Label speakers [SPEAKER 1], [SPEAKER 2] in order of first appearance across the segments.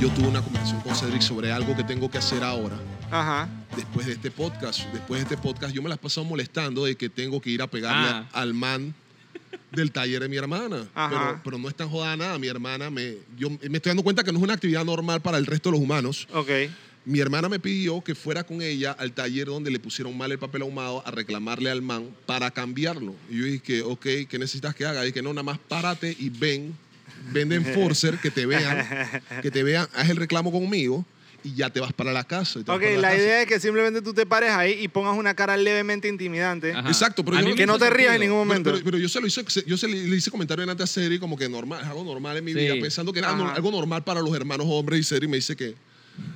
[SPEAKER 1] yo tuve una conversación con Cedric sobre algo que tengo que hacer ahora.
[SPEAKER 2] Ajá.
[SPEAKER 1] Después de este podcast, después de este podcast, yo me las he pasado molestando de que tengo que ir a pegarle
[SPEAKER 3] Ah.
[SPEAKER 1] al man del taller de mi hermana.
[SPEAKER 2] Ajá.
[SPEAKER 1] Pero, pero no es tan jodada nada. Mi hermana me. Yo me estoy dando cuenta que no es una actividad normal para el resto de los humanos.
[SPEAKER 2] Ok.
[SPEAKER 1] Mi hermana me pidió que fuera con ella al taller donde le pusieron mal el papel ahumado a reclamarle al man para cambiarlo. Y yo dije, ok, ¿qué necesitas que haga? Y que no, nada más párate y ven, ven de enforcer, que te vean, que te vean, haz el reclamo conmigo y ya te vas para la casa. y te vas
[SPEAKER 2] Ok,
[SPEAKER 1] para
[SPEAKER 2] la
[SPEAKER 1] casa.
[SPEAKER 2] idea es que simplemente tú te pares ahí y pongas una cara levemente intimidante.
[SPEAKER 3] Ajá.
[SPEAKER 1] Exacto, pero
[SPEAKER 3] A
[SPEAKER 1] yo
[SPEAKER 3] mí
[SPEAKER 1] no-
[SPEAKER 3] me
[SPEAKER 2] Que no
[SPEAKER 3] hizo
[SPEAKER 2] te rías en
[SPEAKER 3] sentido.
[SPEAKER 2] ningún
[SPEAKER 1] Pero-
[SPEAKER 2] momento.
[SPEAKER 1] Pero, pero yo se lo hice, yo se le, le hice comentario delante a Seri como que normal, es algo normal en mi
[SPEAKER 3] Sí.
[SPEAKER 1] vida, pensando que era
[SPEAKER 2] Ajá.
[SPEAKER 1] no- algo normal para los hermanos hombres y Seri me dice que,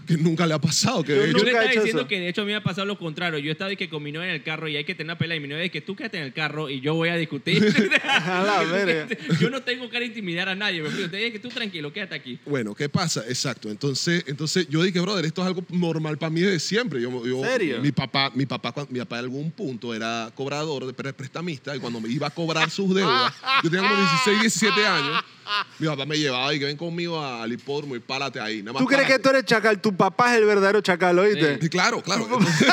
[SPEAKER 1] que nunca le ha pasado. Que de
[SPEAKER 2] Yo
[SPEAKER 3] Yo
[SPEAKER 1] hecho-
[SPEAKER 3] le
[SPEAKER 2] nunca he
[SPEAKER 3] estaba
[SPEAKER 2] hecho
[SPEAKER 3] diciendo
[SPEAKER 2] eso.
[SPEAKER 3] que de hecho a mí me ha pasado lo contrario. Yo estaba de que con mi novia en el carro y hay que tener una pelea y mi novia de que tú quédate en el carro y yo voy a discutir.
[SPEAKER 2] A la verga.
[SPEAKER 3] yo no tengo cara de intimidar a nadie. Me explico. Te dije que tú tranquilo, quédate aquí.
[SPEAKER 1] Bueno, ¿qué pasa? Exacto. Entonces, entonces yo dije, brother, esto es algo normal para mí desde siempre. Yo, yo-
[SPEAKER 2] ¿Serio?
[SPEAKER 1] Mi papá, mi papá, cuan- mi papá en algún punto era cobrador, de pre- prestamista, y cuando me iba a cobrar sus deudas, yo tenía como 16, 17 años, mi papá me llevaba y que ven conmigo al hipódromo y párate ahí. Nada más
[SPEAKER 2] ¿Tú crees que tú
[SPEAKER 1] párate".
[SPEAKER 2] eres chacal? Tu papá es el verdadero chacal, ¿oíste?
[SPEAKER 1] Sí, Claro, claro. Entonces,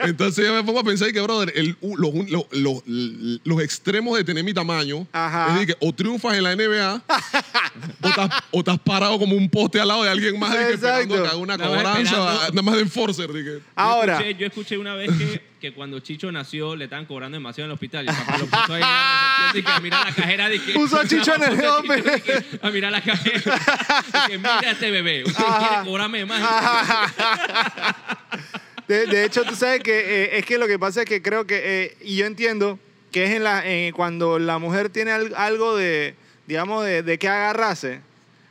[SPEAKER 1] entonces yo me pongo a pensar y que, brother, el- los, los- los- los extremos de tener mi tamaño,
[SPEAKER 2] Ajá.
[SPEAKER 1] es decir, que o triunfas en la NBA o, estás, o estás parado como un poste al lado de alguien más de que esperando
[SPEAKER 2] Exacto.
[SPEAKER 1] que haga una
[SPEAKER 3] Nada más
[SPEAKER 1] cobranza,
[SPEAKER 3] esperando.
[SPEAKER 1] nada más de enforcer. de que-
[SPEAKER 2] Ahora,
[SPEAKER 3] Yo escuché, yo escuché una vez que, que cuando Chicho nació le estaban cobrando demasiado en el hospital y el papá lo puso ahí en la recepción y que a mirar la cajera. de que-
[SPEAKER 2] Puso a Chicho en el
[SPEAKER 3] Puso a Chicho
[SPEAKER 2] hombre.
[SPEAKER 3] de que- A mirar la cajera. De que mira a este bebé. Usted quiere cobrarme más.
[SPEAKER 2] de, de hecho, tú sabes que eh, es que lo que pasa es que creo que, eh, y yo entiendo que es en la, eh, cuando la mujer tiene al- algo de, digamos, de, de que agarrarse,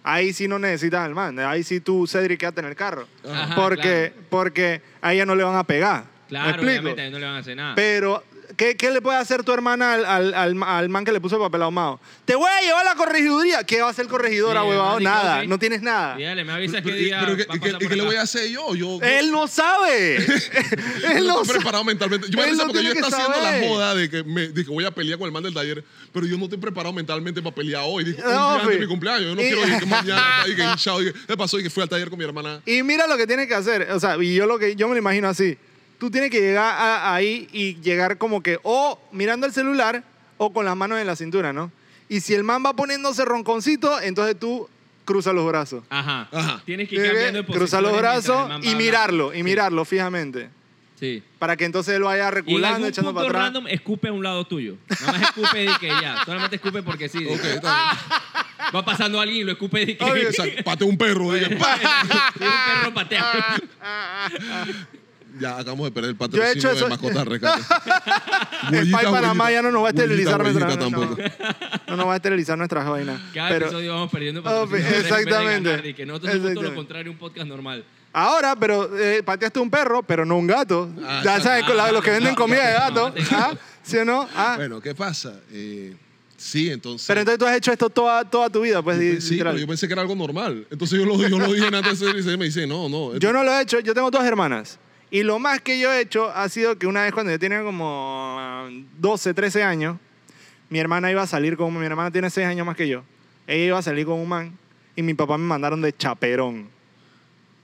[SPEAKER 2] ahí sí no necesitas al man. Ahí sí tú, Cedric, quédate en el carro.
[SPEAKER 3] Ajá,
[SPEAKER 2] porque, porque a ella no le van a pegar. ¿Me
[SPEAKER 3] Claro,
[SPEAKER 2] explico?
[SPEAKER 3] obviamente a él no le van a hacer nada.
[SPEAKER 2] Pero, ¿qué, qué le puede hacer tu hermana al, al- al- al man que le puso el papel ahumado? Te voy a llevar a la corregiduría. ¿Qué va a hacer corregidora,
[SPEAKER 3] Sí,
[SPEAKER 2] huevado?
[SPEAKER 3] marica,
[SPEAKER 2] Nada,
[SPEAKER 3] ok.
[SPEAKER 2] no tienes nada.
[SPEAKER 3] Y dale, me avisas
[SPEAKER 1] Pero-
[SPEAKER 3] qué día
[SPEAKER 1] pero que-
[SPEAKER 3] va a
[SPEAKER 1] ¿y qué-
[SPEAKER 3] pasar
[SPEAKER 1] ¿Y
[SPEAKER 3] por
[SPEAKER 1] qué le
[SPEAKER 3] acá.
[SPEAKER 1] voy a hacer yo? Yo,
[SPEAKER 2] Él no sabe. Él
[SPEAKER 1] yo no
[SPEAKER 2] no
[SPEAKER 1] estoy
[SPEAKER 2] sabe.
[SPEAKER 1] preparado mentalmente. Yo me
[SPEAKER 2] Él
[SPEAKER 1] parece
[SPEAKER 2] no
[SPEAKER 1] porque yo
[SPEAKER 2] tiene que
[SPEAKER 1] estaba haciendo la
[SPEAKER 2] saber.
[SPEAKER 1] joda de que, me, de que voy a pelear con el man del taller, pero yo no estoy preparado mentalmente para pelear hoy. Dije, un
[SPEAKER 2] No,
[SPEAKER 1] día antes de
[SPEAKER 2] fe.
[SPEAKER 1] mi cumpleaños. Yo no
[SPEAKER 2] Y-
[SPEAKER 1] quiero ir que mañana y que hinchado. Y que, ¿qué pasó? Y que fui al taller con mi hermana.
[SPEAKER 2] Y mira lo que tienes que hacer. O sea, y yo, lo que, yo me lo imagino así. Tú tienes que llegar a- ahí y llegar como que o mirando el celular o con las manos en la cintura, ¿no? Y si el man va poniéndose ronconcito, entonces tú cruzas los brazos.
[SPEAKER 3] Ajá.
[SPEAKER 1] Ajá.
[SPEAKER 3] Tienes que ir cambiando de posición.
[SPEAKER 2] cruzar los brazos y mirarlo, y mirarlo fijamente.
[SPEAKER 3] Sí.
[SPEAKER 2] Para que entonces él vaya
[SPEAKER 3] Y en
[SPEAKER 2] reculando,
[SPEAKER 3] algún
[SPEAKER 2] echando
[SPEAKER 3] punto
[SPEAKER 2] para atrás.
[SPEAKER 3] random escupe a un lado tuyo. Nada más escupe de que ya. Solamente escupe porque sí. de
[SPEAKER 1] Ok,
[SPEAKER 3] que
[SPEAKER 1] está bien.
[SPEAKER 3] Va pasando alguien y lo escupe de que...
[SPEAKER 2] Obvio.
[SPEAKER 1] Exacto, pateó un perro. dije, ¡pa!
[SPEAKER 3] Y un perro patea.
[SPEAKER 1] Ya acabamos de perder el
[SPEAKER 2] Yo
[SPEAKER 1] patrocinio
[SPEAKER 2] he hecho
[SPEAKER 1] de
[SPEAKER 2] eso.
[SPEAKER 1] mascotas rescate.
[SPEAKER 2] El
[SPEAKER 1] Huellita,
[SPEAKER 2] Pai Panamá
[SPEAKER 1] huellita.
[SPEAKER 2] ya no nos va a esterilizar
[SPEAKER 1] Huellita,
[SPEAKER 2] nuestras
[SPEAKER 1] huellita
[SPEAKER 2] no,
[SPEAKER 1] tampoco.
[SPEAKER 2] no nos va a esterilizar nuestras vainas.
[SPEAKER 3] Cada
[SPEAKER 2] Pero-
[SPEAKER 3] episodio vamos perdiendo
[SPEAKER 2] Oh,
[SPEAKER 3] patrocinadores en vez de
[SPEAKER 2] exactamente.
[SPEAKER 3] ganar, y que nosotros somos todo lo
[SPEAKER 2] Exactamente.
[SPEAKER 3] contrario a un podcast normal.
[SPEAKER 2] Ahora, pero eh, pateaste un perro, pero no un gato.
[SPEAKER 1] Ah,
[SPEAKER 2] ya
[SPEAKER 1] exacto.
[SPEAKER 2] sabes, con la-
[SPEAKER 3] Ah,
[SPEAKER 2] los que venden
[SPEAKER 3] no,
[SPEAKER 2] comida de
[SPEAKER 3] no,
[SPEAKER 2] gato.
[SPEAKER 3] no, no.
[SPEAKER 2] ¿Ah? ¿Sí o no? Ah.
[SPEAKER 1] Bueno, ¿qué pasa? Eh, sí, entonces.
[SPEAKER 2] pero entonces tú has hecho esto toda, toda tu vida, pues,
[SPEAKER 1] Sí,
[SPEAKER 2] di-
[SPEAKER 1] pero
[SPEAKER 2] literal.
[SPEAKER 1] yo pensé que era algo normal. Entonces yo lo, yo lo dije antes de hacer y me dice, no, no.
[SPEAKER 2] Yo no lo he hecho, yo tengo dos hermanas. Y lo más que yo he hecho ha sido que una vez cuando yo tenía como ah, 12, 13 años, mi hermana iba a salir con, mi hermana tiene 6 años más que yo, ella iba a salir con un man y mi papá me mandaron de chaperón.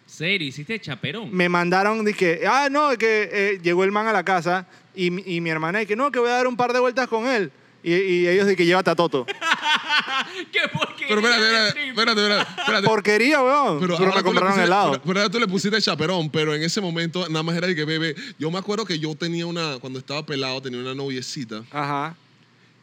[SPEAKER 3] Seri, hiciste chaperón.
[SPEAKER 2] Me mandaron, dije, ah, no, es que eh, llegó el man a la casa y, mi- y mi hermana dije, no, que voy a dar un par de vueltas con él. Y, y ellos dije, llévate a Toto.
[SPEAKER 3] ¿Qué porquería
[SPEAKER 1] Pero espérate,
[SPEAKER 3] de
[SPEAKER 1] espérate,
[SPEAKER 3] trip?
[SPEAKER 1] espérate, espérate, espérate.
[SPEAKER 2] Porquería, weón. Pero,
[SPEAKER 1] ahora
[SPEAKER 2] me
[SPEAKER 1] tú le
[SPEAKER 2] compraron
[SPEAKER 1] pusiste-
[SPEAKER 2] helado.
[SPEAKER 1] Pero, pero ahora tú le pusiste chaperón, pero en ese momento nada más era de que bebé. Yo me acuerdo que yo tenía una, cuando estaba pelado, tenía una noviecita
[SPEAKER 2] Ajá.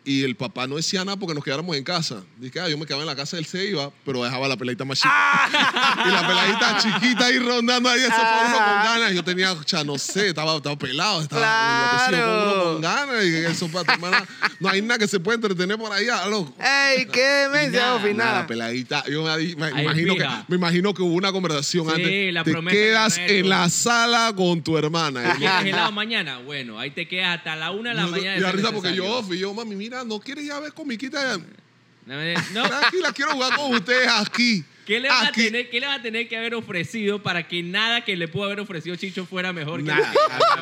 [SPEAKER 1] y el papá no decía nada porque nos quedáramos en casa. Dije, ah, yo me quedaba en la casa, él se iba, pero dejaba la peladita más chiquita. y la peladita chiquita ahí rondando ahí, eso fue uno con ganas. Yo tenía, ya no sé, estaba, estaba pelado, estaba
[SPEAKER 2] Claro.
[SPEAKER 1] enloquecido, uno con ganas. Y eso para tu hermana, no hay nada que se pueda entretener por ahí, ah, loco.
[SPEAKER 2] ¡Ey, qué me
[SPEAKER 3] nada,
[SPEAKER 1] Ah,
[SPEAKER 2] al
[SPEAKER 1] Nada,
[SPEAKER 2] final!
[SPEAKER 1] peladita. Yo me, di- me
[SPEAKER 3] Ahí
[SPEAKER 1] imagino que,
[SPEAKER 3] mira.
[SPEAKER 1] me imagino que hubo una conversación
[SPEAKER 3] Sí,
[SPEAKER 1] antes.
[SPEAKER 3] la
[SPEAKER 1] te
[SPEAKER 3] promesa que
[SPEAKER 1] quedas
[SPEAKER 3] me han hecho.
[SPEAKER 1] en la sala con tu hermana. Y yo-
[SPEAKER 3] ¿Quieres helado mañana? Bueno, ahí te quedas hasta la una de la
[SPEAKER 1] yo-
[SPEAKER 3] mañana.
[SPEAKER 1] y
[SPEAKER 3] de
[SPEAKER 1] da
[SPEAKER 3] ser
[SPEAKER 1] risa porque yo,
[SPEAKER 3] necesario.
[SPEAKER 1] off, y yo, mami, mira, no quieres ya ver comiquita.
[SPEAKER 3] No, me- no,
[SPEAKER 1] Tranquila, quiero jugar con ustedes aquí.
[SPEAKER 3] ¿Qué le, va a
[SPEAKER 1] Aquí-
[SPEAKER 3] tener, ¿Qué le va a tener que haber ofrecido para que nada que le pudo haber ofrecido Chicho fuera mejor que
[SPEAKER 1] Nada,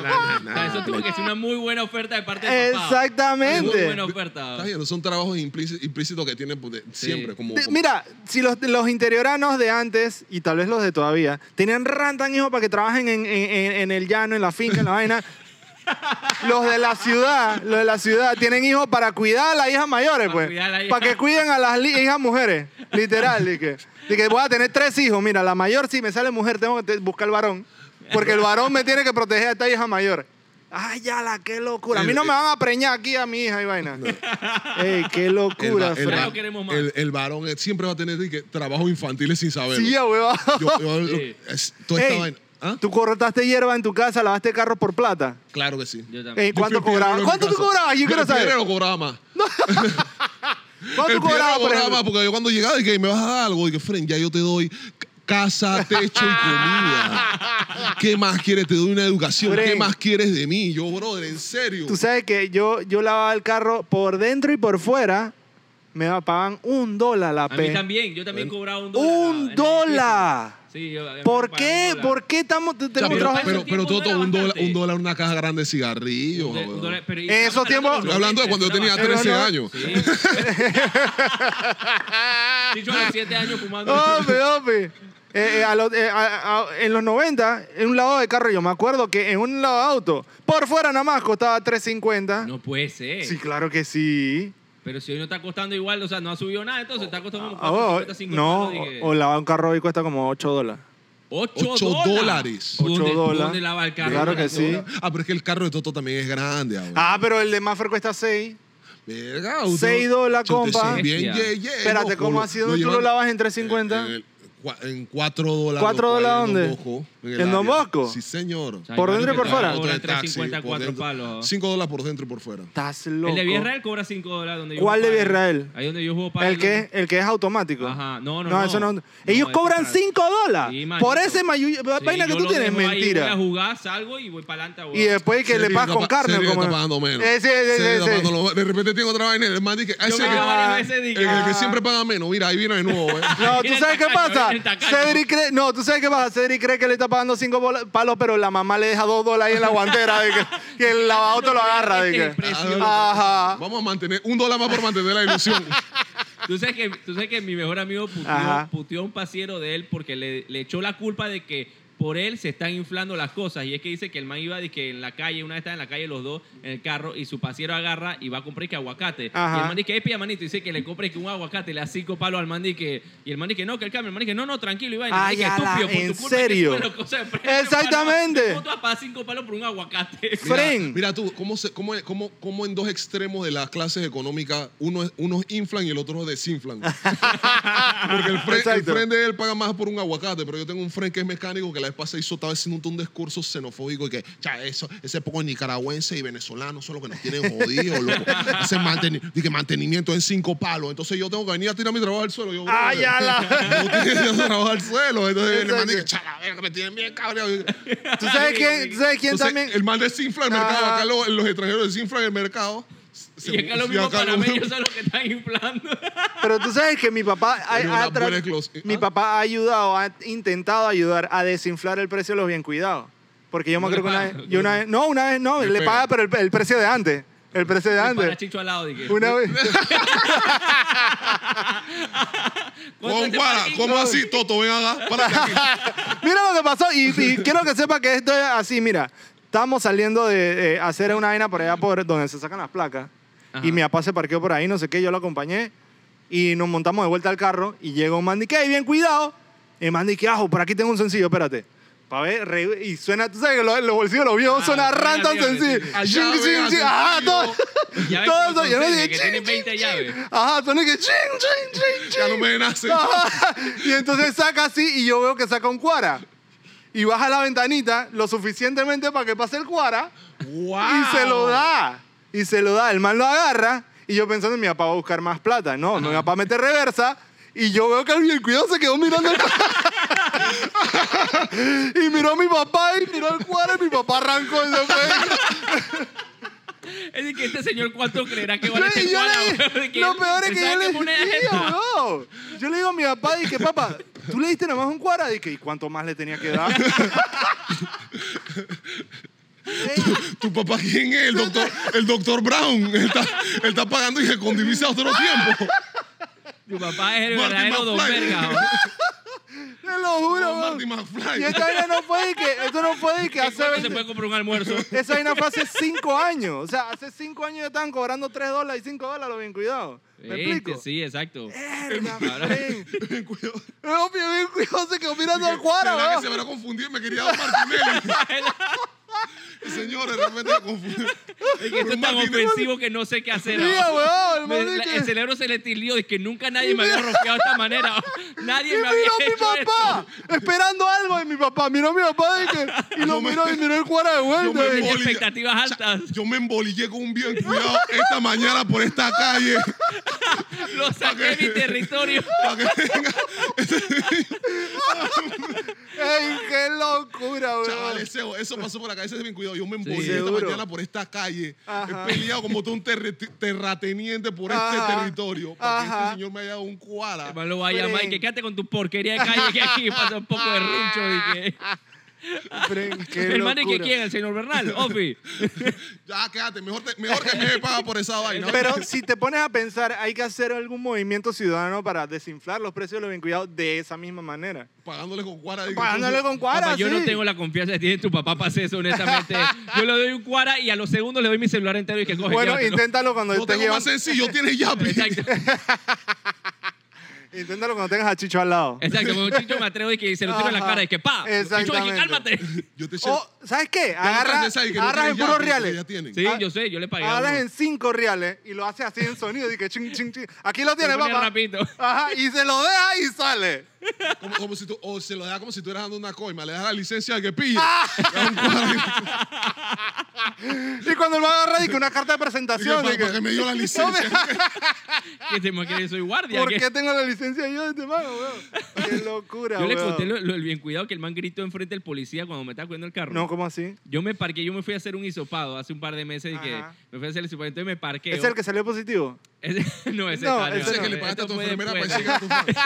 [SPEAKER 1] nada, nada,
[SPEAKER 3] O sea, eso
[SPEAKER 1] nada.
[SPEAKER 3] tuvo que ser una muy buena oferta de parte de papá. Muy
[SPEAKER 2] Exactamente.
[SPEAKER 3] buena oferta.
[SPEAKER 1] Está bien, son trabajos implíci- implícitos que tienen pues, de- siempre. Como,
[SPEAKER 2] De-
[SPEAKER 1] como-
[SPEAKER 2] Mira, si los, los interioranos de antes, y tal vez los de todavía, tenían rantan hijos para que trabajen en, en- en- en el llano, en la finca, en la vaina. Los de la ciudad, los de la ciudad tienen hijos para cuidar a las hijas mayores,
[SPEAKER 3] Para
[SPEAKER 2] pues.
[SPEAKER 3] cuidar a la hija.
[SPEAKER 2] Para que cuiden a las li- hijas mujeres, literal. De que, de que voy a tener tres hijos. Mira, la mayor, si me sale mujer, tengo que te- buscar el varón. Porque el varón me tiene que proteger a esta hija mayor. Ay, ya la, qué locura. A mí no me van a preñar aquí a mi hija y vaina. Ey, qué
[SPEAKER 1] el, va-
[SPEAKER 2] locura,
[SPEAKER 1] el,
[SPEAKER 3] Fran.
[SPEAKER 1] va-
[SPEAKER 3] No queremos más.
[SPEAKER 1] el- el varón eh, siempre va a tener de que, trabajos infantiles sin saber.
[SPEAKER 2] Sí, ya, huevón.
[SPEAKER 1] Yo, yo-
[SPEAKER 3] Sí.
[SPEAKER 1] es- toda esta
[SPEAKER 2] Ey,
[SPEAKER 1] vaina- ¿Ah?
[SPEAKER 2] Tú cortaste hierba en tu casa, lavaste carro por plata.
[SPEAKER 1] Claro que sí.
[SPEAKER 3] Yo
[SPEAKER 2] Ey,
[SPEAKER 3] también.
[SPEAKER 1] Yo fui
[SPEAKER 2] ¿Cuánto
[SPEAKER 1] el pionero
[SPEAKER 2] cobrabas?
[SPEAKER 1] en mi
[SPEAKER 2] ¿Cuánto tú
[SPEAKER 1] casa.
[SPEAKER 2] cobrabas? Yo quiero
[SPEAKER 1] el pionero
[SPEAKER 2] saber.
[SPEAKER 1] cobraba más.
[SPEAKER 2] ¿Cuánto
[SPEAKER 1] El
[SPEAKER 2] tú
[SPEAKER 1] pionero
[SPEAKER 2] cobrabas por
[SPEAKER 1] cobraba más,
[SPEAKER 2] ejemplo?
[SPEAKER 1] porque yo cuando llegaba dije, me vas a dar algo. Dije, Fren, ya yo te doy c- casa, techo y comida. ¿Qué más quieres? Te doy una educación. ¿Qué
[SPEAKER 2] Fren.
[SPEAKER 1] más quieres de mí? Yo, brother, en serio.
[SPEAKER 2] Tú sabes que yo, yo lavaba el carro por dentro y por fuera. Me pagaban un dólar la
[SPEAKER 3] A mí
[SPEAKER 2] P.
[SPEAKER 3] también. Yo también cobraba un dólar.
[SPEAKER 2] eh, ¡Un
[SPEAKER 3] en el
[SPEAKER 2] dólar!
[SPEAKER 3] edificio. Sí, yo- a mí me
[SPEAKER 2] ¿Por
[SPEAKER 3] pagaban
[SPEAKER 2] qué?
[SPEAKER 3] un dólar.
[SPEAKER 2] ¿Por qué estamos te-
[SPEAKER 1] Ya,
[SPEAKER 2] tenemos
[SPEAKER 1] pero,
[SPEAKER 2] trabajo?
[SPEAKER 1] pero,
[SPEAKER 3] Ese
[SPEAKER 1] pero todo,
[SPEAKER 3] tiempo no era
[SPEAKER 1] un dólar,
[SPEAKER 3] bastante.
[SPEAKER 1] un dólar, una caja grande de cigarrillos.
[SPEAKER 3] Un do- un dólar- pero- y
[SPEAKER 2] En esos
[SPEAKER 3] estamos
[SPEAKER 2] tiempos-
[SPEAKER 3] hablando
[SPEAKER 1] Estoy hablando de cuando yo tenía
[SPEAKER 2] Pero
[SPEAKER 1] 13
[SPEAKER 2] no.
[SPEAKER 1] años.
[SPEAKER 3] Sí. Chicho a los 7 años fumando.
[SPEAKER 2] Ope, ope. Eh, eh, a los- eh, a- a- en los 90, en un lavado de carro, yo me acuerdo que en un lavado de auto, por fuera nada más costaba 3.50.
[SPEAKER 3] No puede ser.
[SPEAKER 2] Sí, claro que sí.
[SPEAKER 3] Pero si hoy no está costando igual, o sea, no ha subido nada, entonces está costando como
[SPEAKER 2] Ah, oh,
[SPEAKER 3] 450, 50,
[SPEAKER 2] no,
[SPEAKER 3] dije.
[SPEAKER 2] o, o lavar un carro hoy cuesta como 8 dólares.
[SPEAKER 3] 8,
[SPEAKER 1] Ocho dólares.
[SPEAKER 3] ¿Dónde-
[SPEAKER 2] Ocho dólares.
[SPEAKER 3] ¿Dónde lava el carro?
[SPEAKER 2] Claro que sí.
[SPEAKER 1] Ah, pero es que el carro de Toto también es grande. ahora.
[SPEAKER 2] Ah, pero el de Maffer cuesta 6.
[SPEAKER 1] Eh, Verga,
[SPEAKER 2] Seis dólares,
[SPEAKER 1] Chau, te
[SPEAKER 2] compa.
[SPEAKER 1] soy Bien,
[SPEAKER 3] Bestia.
[SPEAKER 1] ye- ye,
[SPEAKER 2] Espérate,
[SPEAKER 1] loco,
[SPEAKER 2] ¿cómo así? ¿Dónde tú
[SPEAKER 1] llevan-
[SPEAKER 2] lo lavas en
[SPEAKER 1] En,
[SPEAKER 2] 3.50?
[SPEAKER 1] el cua- en cuatro dólares.
[SPEAKER 2] ¿Cuatro
[SPEAKER 1] loco, ahí en
[SPEAKER 2] dólares
[SPEAKER 1] Don
[SPEAKER 2] dónde?
[SPEAKER 1] Bosco,
[SPEAKER 2] ¿En
[SPEAKER 1] el
[SPEAKER 2] Don
[SPEAKER 1] área.
[SPEAKER 2] Bosco?
[SPEAKER 1] Sí, señor.
[SPEAKER 3] sea,
[SPEAKER 2] ¿Por
[SPEAKER 3] hay
[SPEAKER 2] dentro y
[SPEAKER 3] varios
[SPEAKER 2] por
[SPEAKER 3] que
[SPEAKER 2] fuera?
[SPEAKER 3] cobran
[SPEAKER 1] Otro de taxi,
[SPEAKER 3] 3.50,
[SPEAKER 1] por
[SPEAKER 3] cuatro
[SPEAKER 1] dentro.
[SPEAKER 3] palos.
[SPEAKER 1] Cinco dólares por dentro y por fuera.
[SPEAKER 2] Estás loco.
[SPEAKER 3] El de Villarreal cobra 5 dólares. Donde yo
[SPEAKER 2] ¿Cuál
[SPEAKER 3] juego
[SPEAKER 2] de
[SPEAKER 3] pádel.
[SPEAKER 2] Villarreal?
[SPEAKER 3] Ahí donde yo juego para
[SPEAKER 2] El que, el que es automático.
[SPEAKER 3] Ajá, no,
[SPEAKER 2] No,
[SPEAKER 3] no, no.
[SPEAKER 2] eso no.
[SPEAKER 3] No,
[SPEAKER 2] Ellos
[SPEAKER 3] eso
[SPEAKER 2] cobran
[SPEAKER 3] está-
[SPEAKER 2] 5
[SPEAKER 3] Sí,
[SPEAKER 2] dólares.
[SPEAKER 3] manito.
[SPEAKER 2] Por ese mayu- vaina que tú tienes,
[SPEAKER 3] Voy a
[SPEAKER 2] mentira.
[SPEAKER 3] jugar, salgo y voy para adelante.
[SPEAKER 2] Y después que le
[SPEAKER 1] Serio,
[SPEAKER 2] pagas
[SPEAKER 1] está
[SPEAKER 2] con
[SPEAKER 1] pa-
[SPEAKER 2] carne.
[SPEAKER 1] serio,
[SPEAKER 2] como-
[SPEAKER 1] está pagando menos.
[SPEAKER 2] Eh, sí, sí,
[SPEAKER 1] Serio,
[SPEAKER 2] sí,
[SPEAKER 1] está
[SPEAKER 2] sí.
[SPEAKER 1] pagando lo- De repente tengo otra vaina. El man dice, a
[SPEAKER 3] Yo
[SPEAKER 1] ese
[SPEAKER 3] me
[SPEAKER 1] que-
[SPEAKER 3] quedo varias veces
[SPEAKER 1] el,
[SPEAKER 3] dije,
[SPEAKER 1] el
[SPEAKER 3] ah,
[SPEAKER 1] que siempre paga menos. Mira, ahí viene de nuevo. eh.
[SPEAKER 2] No, ¿tú
[SPEAKER 3] Mira el
[SPEAKER 2] sabes qué
[SPEAKER 3] tacaño,
[SPEAKER 2] pasa?
[SPEAKER 3] mira el tacaño.
[SPEAKER 2] Cedric cree, no, ¿tú sabes qué pasa? Cedric cree que le está pagando cinco bola- palos, pero la mamá le deja dos dólares ahí en la guantera de que, y el lavauto lo agarra. De que,
[SPEAKER 3] Precioso.
[SPEAKER 2] ajá.
[SPEAKER 1] Vamos a mantener un dólar más por mantener la ilusión.
[SPEAKER 3] Tú sabes que, tú sabes que mi mejor amigo puteó,
[SPEAKER 2] Ajá.
[SPEAKER 3] puteó a un pasiero de él porque le, le echó la culpa de que por él se están inflando las cosas. Y es que dice que el man iba de que en la calle, una vez estaban en la calle los dos en el carro y su pasiero agarra y va a comprar que aguacate.
[SPEAKER 2] Ajá.
[SPEAKER 3] Y el man dice, pilla manito, dice que le compre que un aguacate, le da cinco palos al man dice, y el man dice, no, que el cambio, el man dice, no, no, tranquilo, Iván.
[SPEAKER 2] Ay,
[SPEAKER 3] Dice,
[SPEAKER 2] ala,
[SPEAKER 3] estúpido, por
[SPEAKER 2] ¿en
[SPEAKER 3] tu culpa es que
[SPEAKER 2] serio?
[SPEAKER 3] suben las cosas de precio,
[SPEAKER 2] Exactamente.
[SPEAKER 3] mano. ¿Cómo tú vas a pagar cinco palos por un aguacate?
[SPEAKER 1] Mira,
[SPEAKER 2] Fren.
[SPEAKER 1] Mira tú, ¿cómo, se- cómo, cómo, cómo en dos extremos de las clases económicas uno, es- unos inflan y el otro desinflan? Porque el friend, el
[SPEAKER 2] Exacto.
[SPEAKER 1] friend de él paga más por un aguacate, pero yo tengo un friend que es mecánico que la vez pasada hizo, estaba haciendo un, un discurso xenofóbico y que, ya, eso, ese poco nicaragüense y venezolano son los que nos tienen jodidos, loco. Ese manteni- y que mantenimiento en cinco palos. Entonces yo tengo que venir a tirar mi trabajo al suelo. Yo,
[SPEAKER 2] Ay,
[SPEAKER 1] brother,
[SPEAKER 2] ala.
[SPEAKER 1] no tienes trabajo al suelo. Entonces el man
[SPEAKER 2] Exacto.
[SPEAKER 1] dice, chala, verga, me tienen bien cabreado.
[SPEAKER 2] ¿Tú sabes quién, tú sabes quién
[SPEAKER 1] Entonces,
[SPEAKER 2] también?
[SPEAKER 1] El mal desinfla el
[SPEAKER 2] Ah.
[SPEAKER 1] mercado. Acá lo- los, extranjeros desinflan el mercado. Se-
[SPEAKER 3] Y acá los
[SPEAKER 1] y
[SPEAKER 3] mismos
[SPEAKER 1] acá lo-
[SPEAKER 3] panameños son los que están inflando.
[SPEAKER 2] Pero tú sabes que mi papá ha,
[SPEAKER 1] Era una
[SPEAKER 2] ha tra-
[SPEAKER 1] buena exclusión.
[SPEAKER 2] mi
[SPEAKER 1] ¿Ah?
[SPEAKER 2] papá ha ayudado, ha intentado ayudar a desinflar el precio de los bien cuidados. Porque yo me
[SPEAKER 3] No
[SPEAKER 2] acuerdo que
[SPEAKER 3] le
[SPEAKER 2] una vez,
[SPEAKER 3] paga.
[SPEAKER 2] yo una vez- no, una vez no,
[SPEAKER 1] Le
[SPEAKER 2] le
[SPEAKER 1] pega.
[SPEAKER 2] paga pero el, el precio de antes, el precio de
[SPEAKER 3] Para
[SPEAKER 2] antes.
[SPEAKER 3] Chicho al lado, dije.
[SPEAKER 2] Una vez.
[SPEAKER 3] ¿Cuánto
[SPEAKER 1] Con
[SPEAKER 3] este
[SPEAKER 1] cuara,
[SPEAKER 3] país?
[SPEAKER 1] Oh, ¿cómo así, Toto? Ven acá, párate aquí.
[SPEAKER 2] Mira lo que pasó y, y quiero que sepa que esto es así, mira. Estábamos saliendo de eh, hacer una vaina por allá por donde se sacan las placas
[SPEAKER 3] Ajá.
[SPEAKER 2] y mi papá se parqueó por ahí, no sé qué, yo lo acompañé y nos montamos de vuelta al carro y llega un man y que, "Ey, bien cuidado. El man dice, ajo, por aquí tengo un sencillo, espérate. Pa' ver, re- y suena, tú sabes que lo- los bolsillos de los viejos
[SPEAKER 3] Ah,
[SPEAKER 2] suena
[SPEAKER 3] suena
[SPEAKER 2] rantan
[SPEAKER 3] bien,
[SPEAKER 2] sencillo.
[SPEAKER 3] sí, sí.
[SPEAKER 1] Ah,
[SPEAKER 2] Shing,
[SPEAKER 1] llave,
[SPEAKER 2] shing,
[SPEAKER 1] ah,
[SPEAKER 2] shing.
[SPEAKER 1] sencillo.
[SPEAKER 2] Ajá, todo,
[SPEAKER 3] Ya ves
[SPEAKER 2] todo
[SPEAKER 3] cómo
[SPEAKER 2] eso. Yo no
[SPEAKER 3] son
[SPEAKER 2] dije,
[SPEAKER 3] que tienen
[SPEAKER 2] "Ching,
[SPEAKER 3] 20
[SPEAKER 2] ching,
[SPEAKER 3] llaves".
[SPEAKER 2] ching". Ajá, suena que, ching, ching, ching, ching.
[SPEAKER 1] Ya no me nace.
[SPEAKER 2] Ajá. y entonces saca así y yo veo que saca un cuara. Y baja la ventanita lo suficientemente para que pase el cuara y se lo da. Y se lo da. El man lo agarra y yo pensando, mi papá va a buscar más plata. No, mi papá mete reversa y yo veo que el bien cuidado se quedó mirando el cuara. Y miró a mi papá y miró el cuara y mi papá arrancó y se fue.
[SPEAKER 3] Es decir, que este señor cuánto creerá que vale
[SPEAKER 2] Y
[SPEAKER 3] este
[SPEAKER 2] yo
[SPEAKER 3] cuadro,
[SPEAKER 2] le-
[SPEAKER 3] weón, de
[SPEAKER 2] lo peor es
[SPEAKER 3] él
[SPEAKER 2] que
[SPEAKER 3] sabe
[SPEAKER 2] yo
[SPEAKER 3] qué
[SPEAKER 2] le,
[SPEAKER 3] moneda es
[SPEAKER 2] Sí,
[SPEAKER 3] esta.
[SPEAKER 2] bro. yo le digo a mi papá y que papá, Tú le diste nomás un cuadra. Dije, ¿y cuánto más le tenía que dar? Ey,
[SPEAKER 1] ¿Tu papá quién es? El doctor, el doctor Brown. Él está, él está pagando y con divisa otro tiempo.
[SPEAKER 3] Tu papá es el
[SPEAKER 1] Marty
[SPEAKER 3] verdadero don
[SPEAKER 1] McFly.
[SPEAKER 3] verga. weón.
[SPEAKER 2] te lo juro,
[SPEAKER 1] Marty
[SPEAKER 2] weón.
[SPEAKER 1] McFly.
[SPEAKER 2] Y esta vaina no puede que, esto no puede que
[SPEAKER 3] ¿En
[SPEAKER 2] hace
[SPEAKER 3] cuánto se
[SPEAKER 2] 20
[SPEAKER 3] puede comprar un almuerzo?
[SPEAKER 2] Esa vaina fue hace cinco años. O sea, hace cinco años ya estaban cobrando 3 dólares y 5 dólares, bien cuidado. ¿Me
[SPEAKER 3] Este,
[SPEAKER 2] explico? Eh,
[SPEAKER 3] Sí, exacto.
[SPEAKER 2] Verga,
[SPEAKER 3] Ahora-
[SPEAKER 2] men.
[SPEAKER 1] Ten cuidado.
[SPEAKER 2] No, bien, bien cuidado, se quedó mirando al cuadra,
[SPEAKER 1] ¿Verdad que se
[SPEAKER 2] weón.
[SPEAKER 1] habrá confundido? Me quería dar Martinelli. Señores, realmente me confundí.
[SPEAKER 3] Es que esto es tan ofensivo que no sé qué hacer.
[SPEAKER 2] Mira,
[SPEAKER 3] weón.
[SPEAKER 2] weón, el
[SPEAKER 3] Me-
[SPEAKER 2] man
[SPEAKER 3] la-
[SPEAKER 2] dice-
[SPEAKER 3] el cerebro se le tilió de que nunca nadie me había rofeado de esta manera.
[SPEAKER 2] Y
[SPEAKER 3] Nadie me había
[SPEAKER 2] miró a mi
[SPEAKER 3] hecho
[SPEAKER 2] papá, esperando algo de mi papá. Miró a mi papá y, que- y
[SPEAKER 1] Yo
[SPEAKER 2] lo
[SPEAKER 1] me-
[SPEAKER 2] miró y miró el cuadra de vuelta.
[SPEAKER 1] me
[SPEAKER 2] Y-
[SPEAKER 1] voy.
[SPEAKER 3] esto. Expectativas altas.
[SPEAKER 1] Yo me embolillé con un bien cuidado esta mañana por esta calle.
[SPEAKER 3] Lo saqué de mi territorio.
[SPEAKER 1] Para que venga.
[SPEAKER 2] ¡Ey, qué locura, weón!
[SPEAKER 1] Chavales, eso, eso pasó por acá. Ese es bien cuidado. Yo me embolillé esta
[SPEAKER 2] seguro.
[SPEAKER 1] mañana por esta calle.
[SPEAKER 2] Ajá.
[SPEAKER 1] He peleado como todo un terre- terrateniente por este
[SPEAKER 2] Ajá.
[SPEAKER 1] territorio. Para que
[SPEAKER 2] Ajá.
[SPEAKER 1] este señor me haya dado un cuara.
[SPEAKER 3] Hermano, lo voy a llamar y que
[SPEAKER 2] Fren.
[SPEAKER 3] quédate con tu porquería de calle que aquí pasa un poco de runcho. Y que...
[SPEAKER 2] Fren, qué
[SPEAKER 3] Hermano, ¿y que
[SPEAKER 2] locura.
[SPEAKER 3] quién? ¿El señor Bernal? Ofi.
[SPEAKER 1] Ya, quédate. Mejor, te- mejor que me paga por esa vaina.
[SPEAKER 2] Pero si te pones a pensar, hay que hacer algún movimiento ciudadano para desinflar los precios de los vincuillados de esa misma manera.
[SPEAKER 1] Pagándole con cuara. digo,
[SPEAKER 2] Pagándole con cuadra,
[SPEAKER 3] Papá, yo no
[SPEAKER 2] sí.
[SPEAKER 3] tengo la confianza que tiene tu papá para hacer eso, honestamente. Yo le doy un cuara y a los segundos le doy mi celular entero y que coge
[SPEAKER 2] Bueno,
[SPEAKER 3] llévatelo.
[SPEAKER 2] inténtalo cuando
[SPEAKER 1] No
[SPEAKER 2] estés
[SPEAKER 1] tengo más
[SPEAKER 2] llevando-
[SPEAKER 1] sencillo. Tienes yapi.
[SPEAKER 3] Exacto.
[SPEAKER 2] Inténtalo cuando tengas a Chicho al lado.
[SPEAKER 3] Exacto, como Chicho me atrevo y que se lo tiro en la
[SPEAKER 2] Ajá.
[SPEAKER 3] cara y que pa. Chicho, y que
[SPEAKER 2] Exactamente.
[SPEAKER 3] cálmate.
[SPEAKER 1] Yo te eché-
[SPEAKER 2] O, ¿sabes qué?
[SPEAKER 1] Ya no
[SPEAKER 2] Agarra,
[SPEAKER 1] canses ahí, que no
[SPEAKER 2] agarras
[SPEAKER 1] tienes
[SPEAKER 2] en
[SPEAKER 1] ya,
[SPEAKER 2] puros
[SPEAKER 1] que
[SPEAKER 2] reales.
[SPEAKER 1] ya tienen.
[SPEAKER 3] Sí,
[SPEAKER 2] Ah,
[SPEAKER 3] yo sé, yo le pagué. a
[SPEAKER 2] Agarras
[SPEAKER 3] uno.
[SPEAKER 2] en cinco reales y lo haces así en sonido. Dije, ching, ching, ching. Aquí lo tienes,
[SPEAKER 3] Lo pone
[SPEAKER 2] papá.
[SPEAKER 3] rapidito.
[SPEAKER 2] Ajá, y se lo deja y sale.
[SPEAKER 1] Como, como si tú, o se lo da como si tú eras dando una coima, le das la licencia al que pille.
[SPEAKER 2] Ah,
[SPEAKER 1] Le das un cuadra
[SPEAKER 2] Y cuando lo agarra, dije, una
[SPEAKER 1] y- y que pa-
[SPEAKER 2] carta de presentación.
[SPEAKER 1] para,
[SPEAKER 2] dije,
[SPEAKER 1] que me dio la
[SPEAKER 2] "No me-
[SPEAKER 1] licencia.
[SPEAKER 3] Que se me que soy guardia.
[SPEAKER 2] ¿Por
[SPEAKER 3] que-
[SPEAKER 2] qué tengo la licencia yo de este mano, weón? Qué locura,
[SPEAKER 3] Yo le
[SPEAKER 2] weón.
[SPEAKER 3] conté lo, lo del bien cuidado que el man gritó enfrente del policía cuando me estaba cuidando el carro.
[SPEAKER 2] No, ¿cómo así?
[SPEAKER 3] Yo me parqué, yo me fui a hacer un hisopado hace un par de meses y que
[SPEAKER 2] Ajá.
[SPEAKER 3] me fui a hacer el hisopado, entonces me parqué.
[SPEAKER 2] ¿Es el que salió positivo?
[SPEAKER 3] Ese- no, ese
[SPEAKER 2] No,
[SPEAKER 3] está,
[SPEAKER 2] ese
[SPEAKER 1] Ese que
[SPEAKER 2] no,
[SPEAKER 1] le pagaste a
[SPEAKER 3] esto
[SPEAKER 1] tu
[SPEAKER 3] fue
[SPEAKER 1] enfermera
[SPEAKER 2] pues.
[SPEAKER 1] para llegar
[SPEAKER 3] después.
[SPEAKER 1] a tu familia.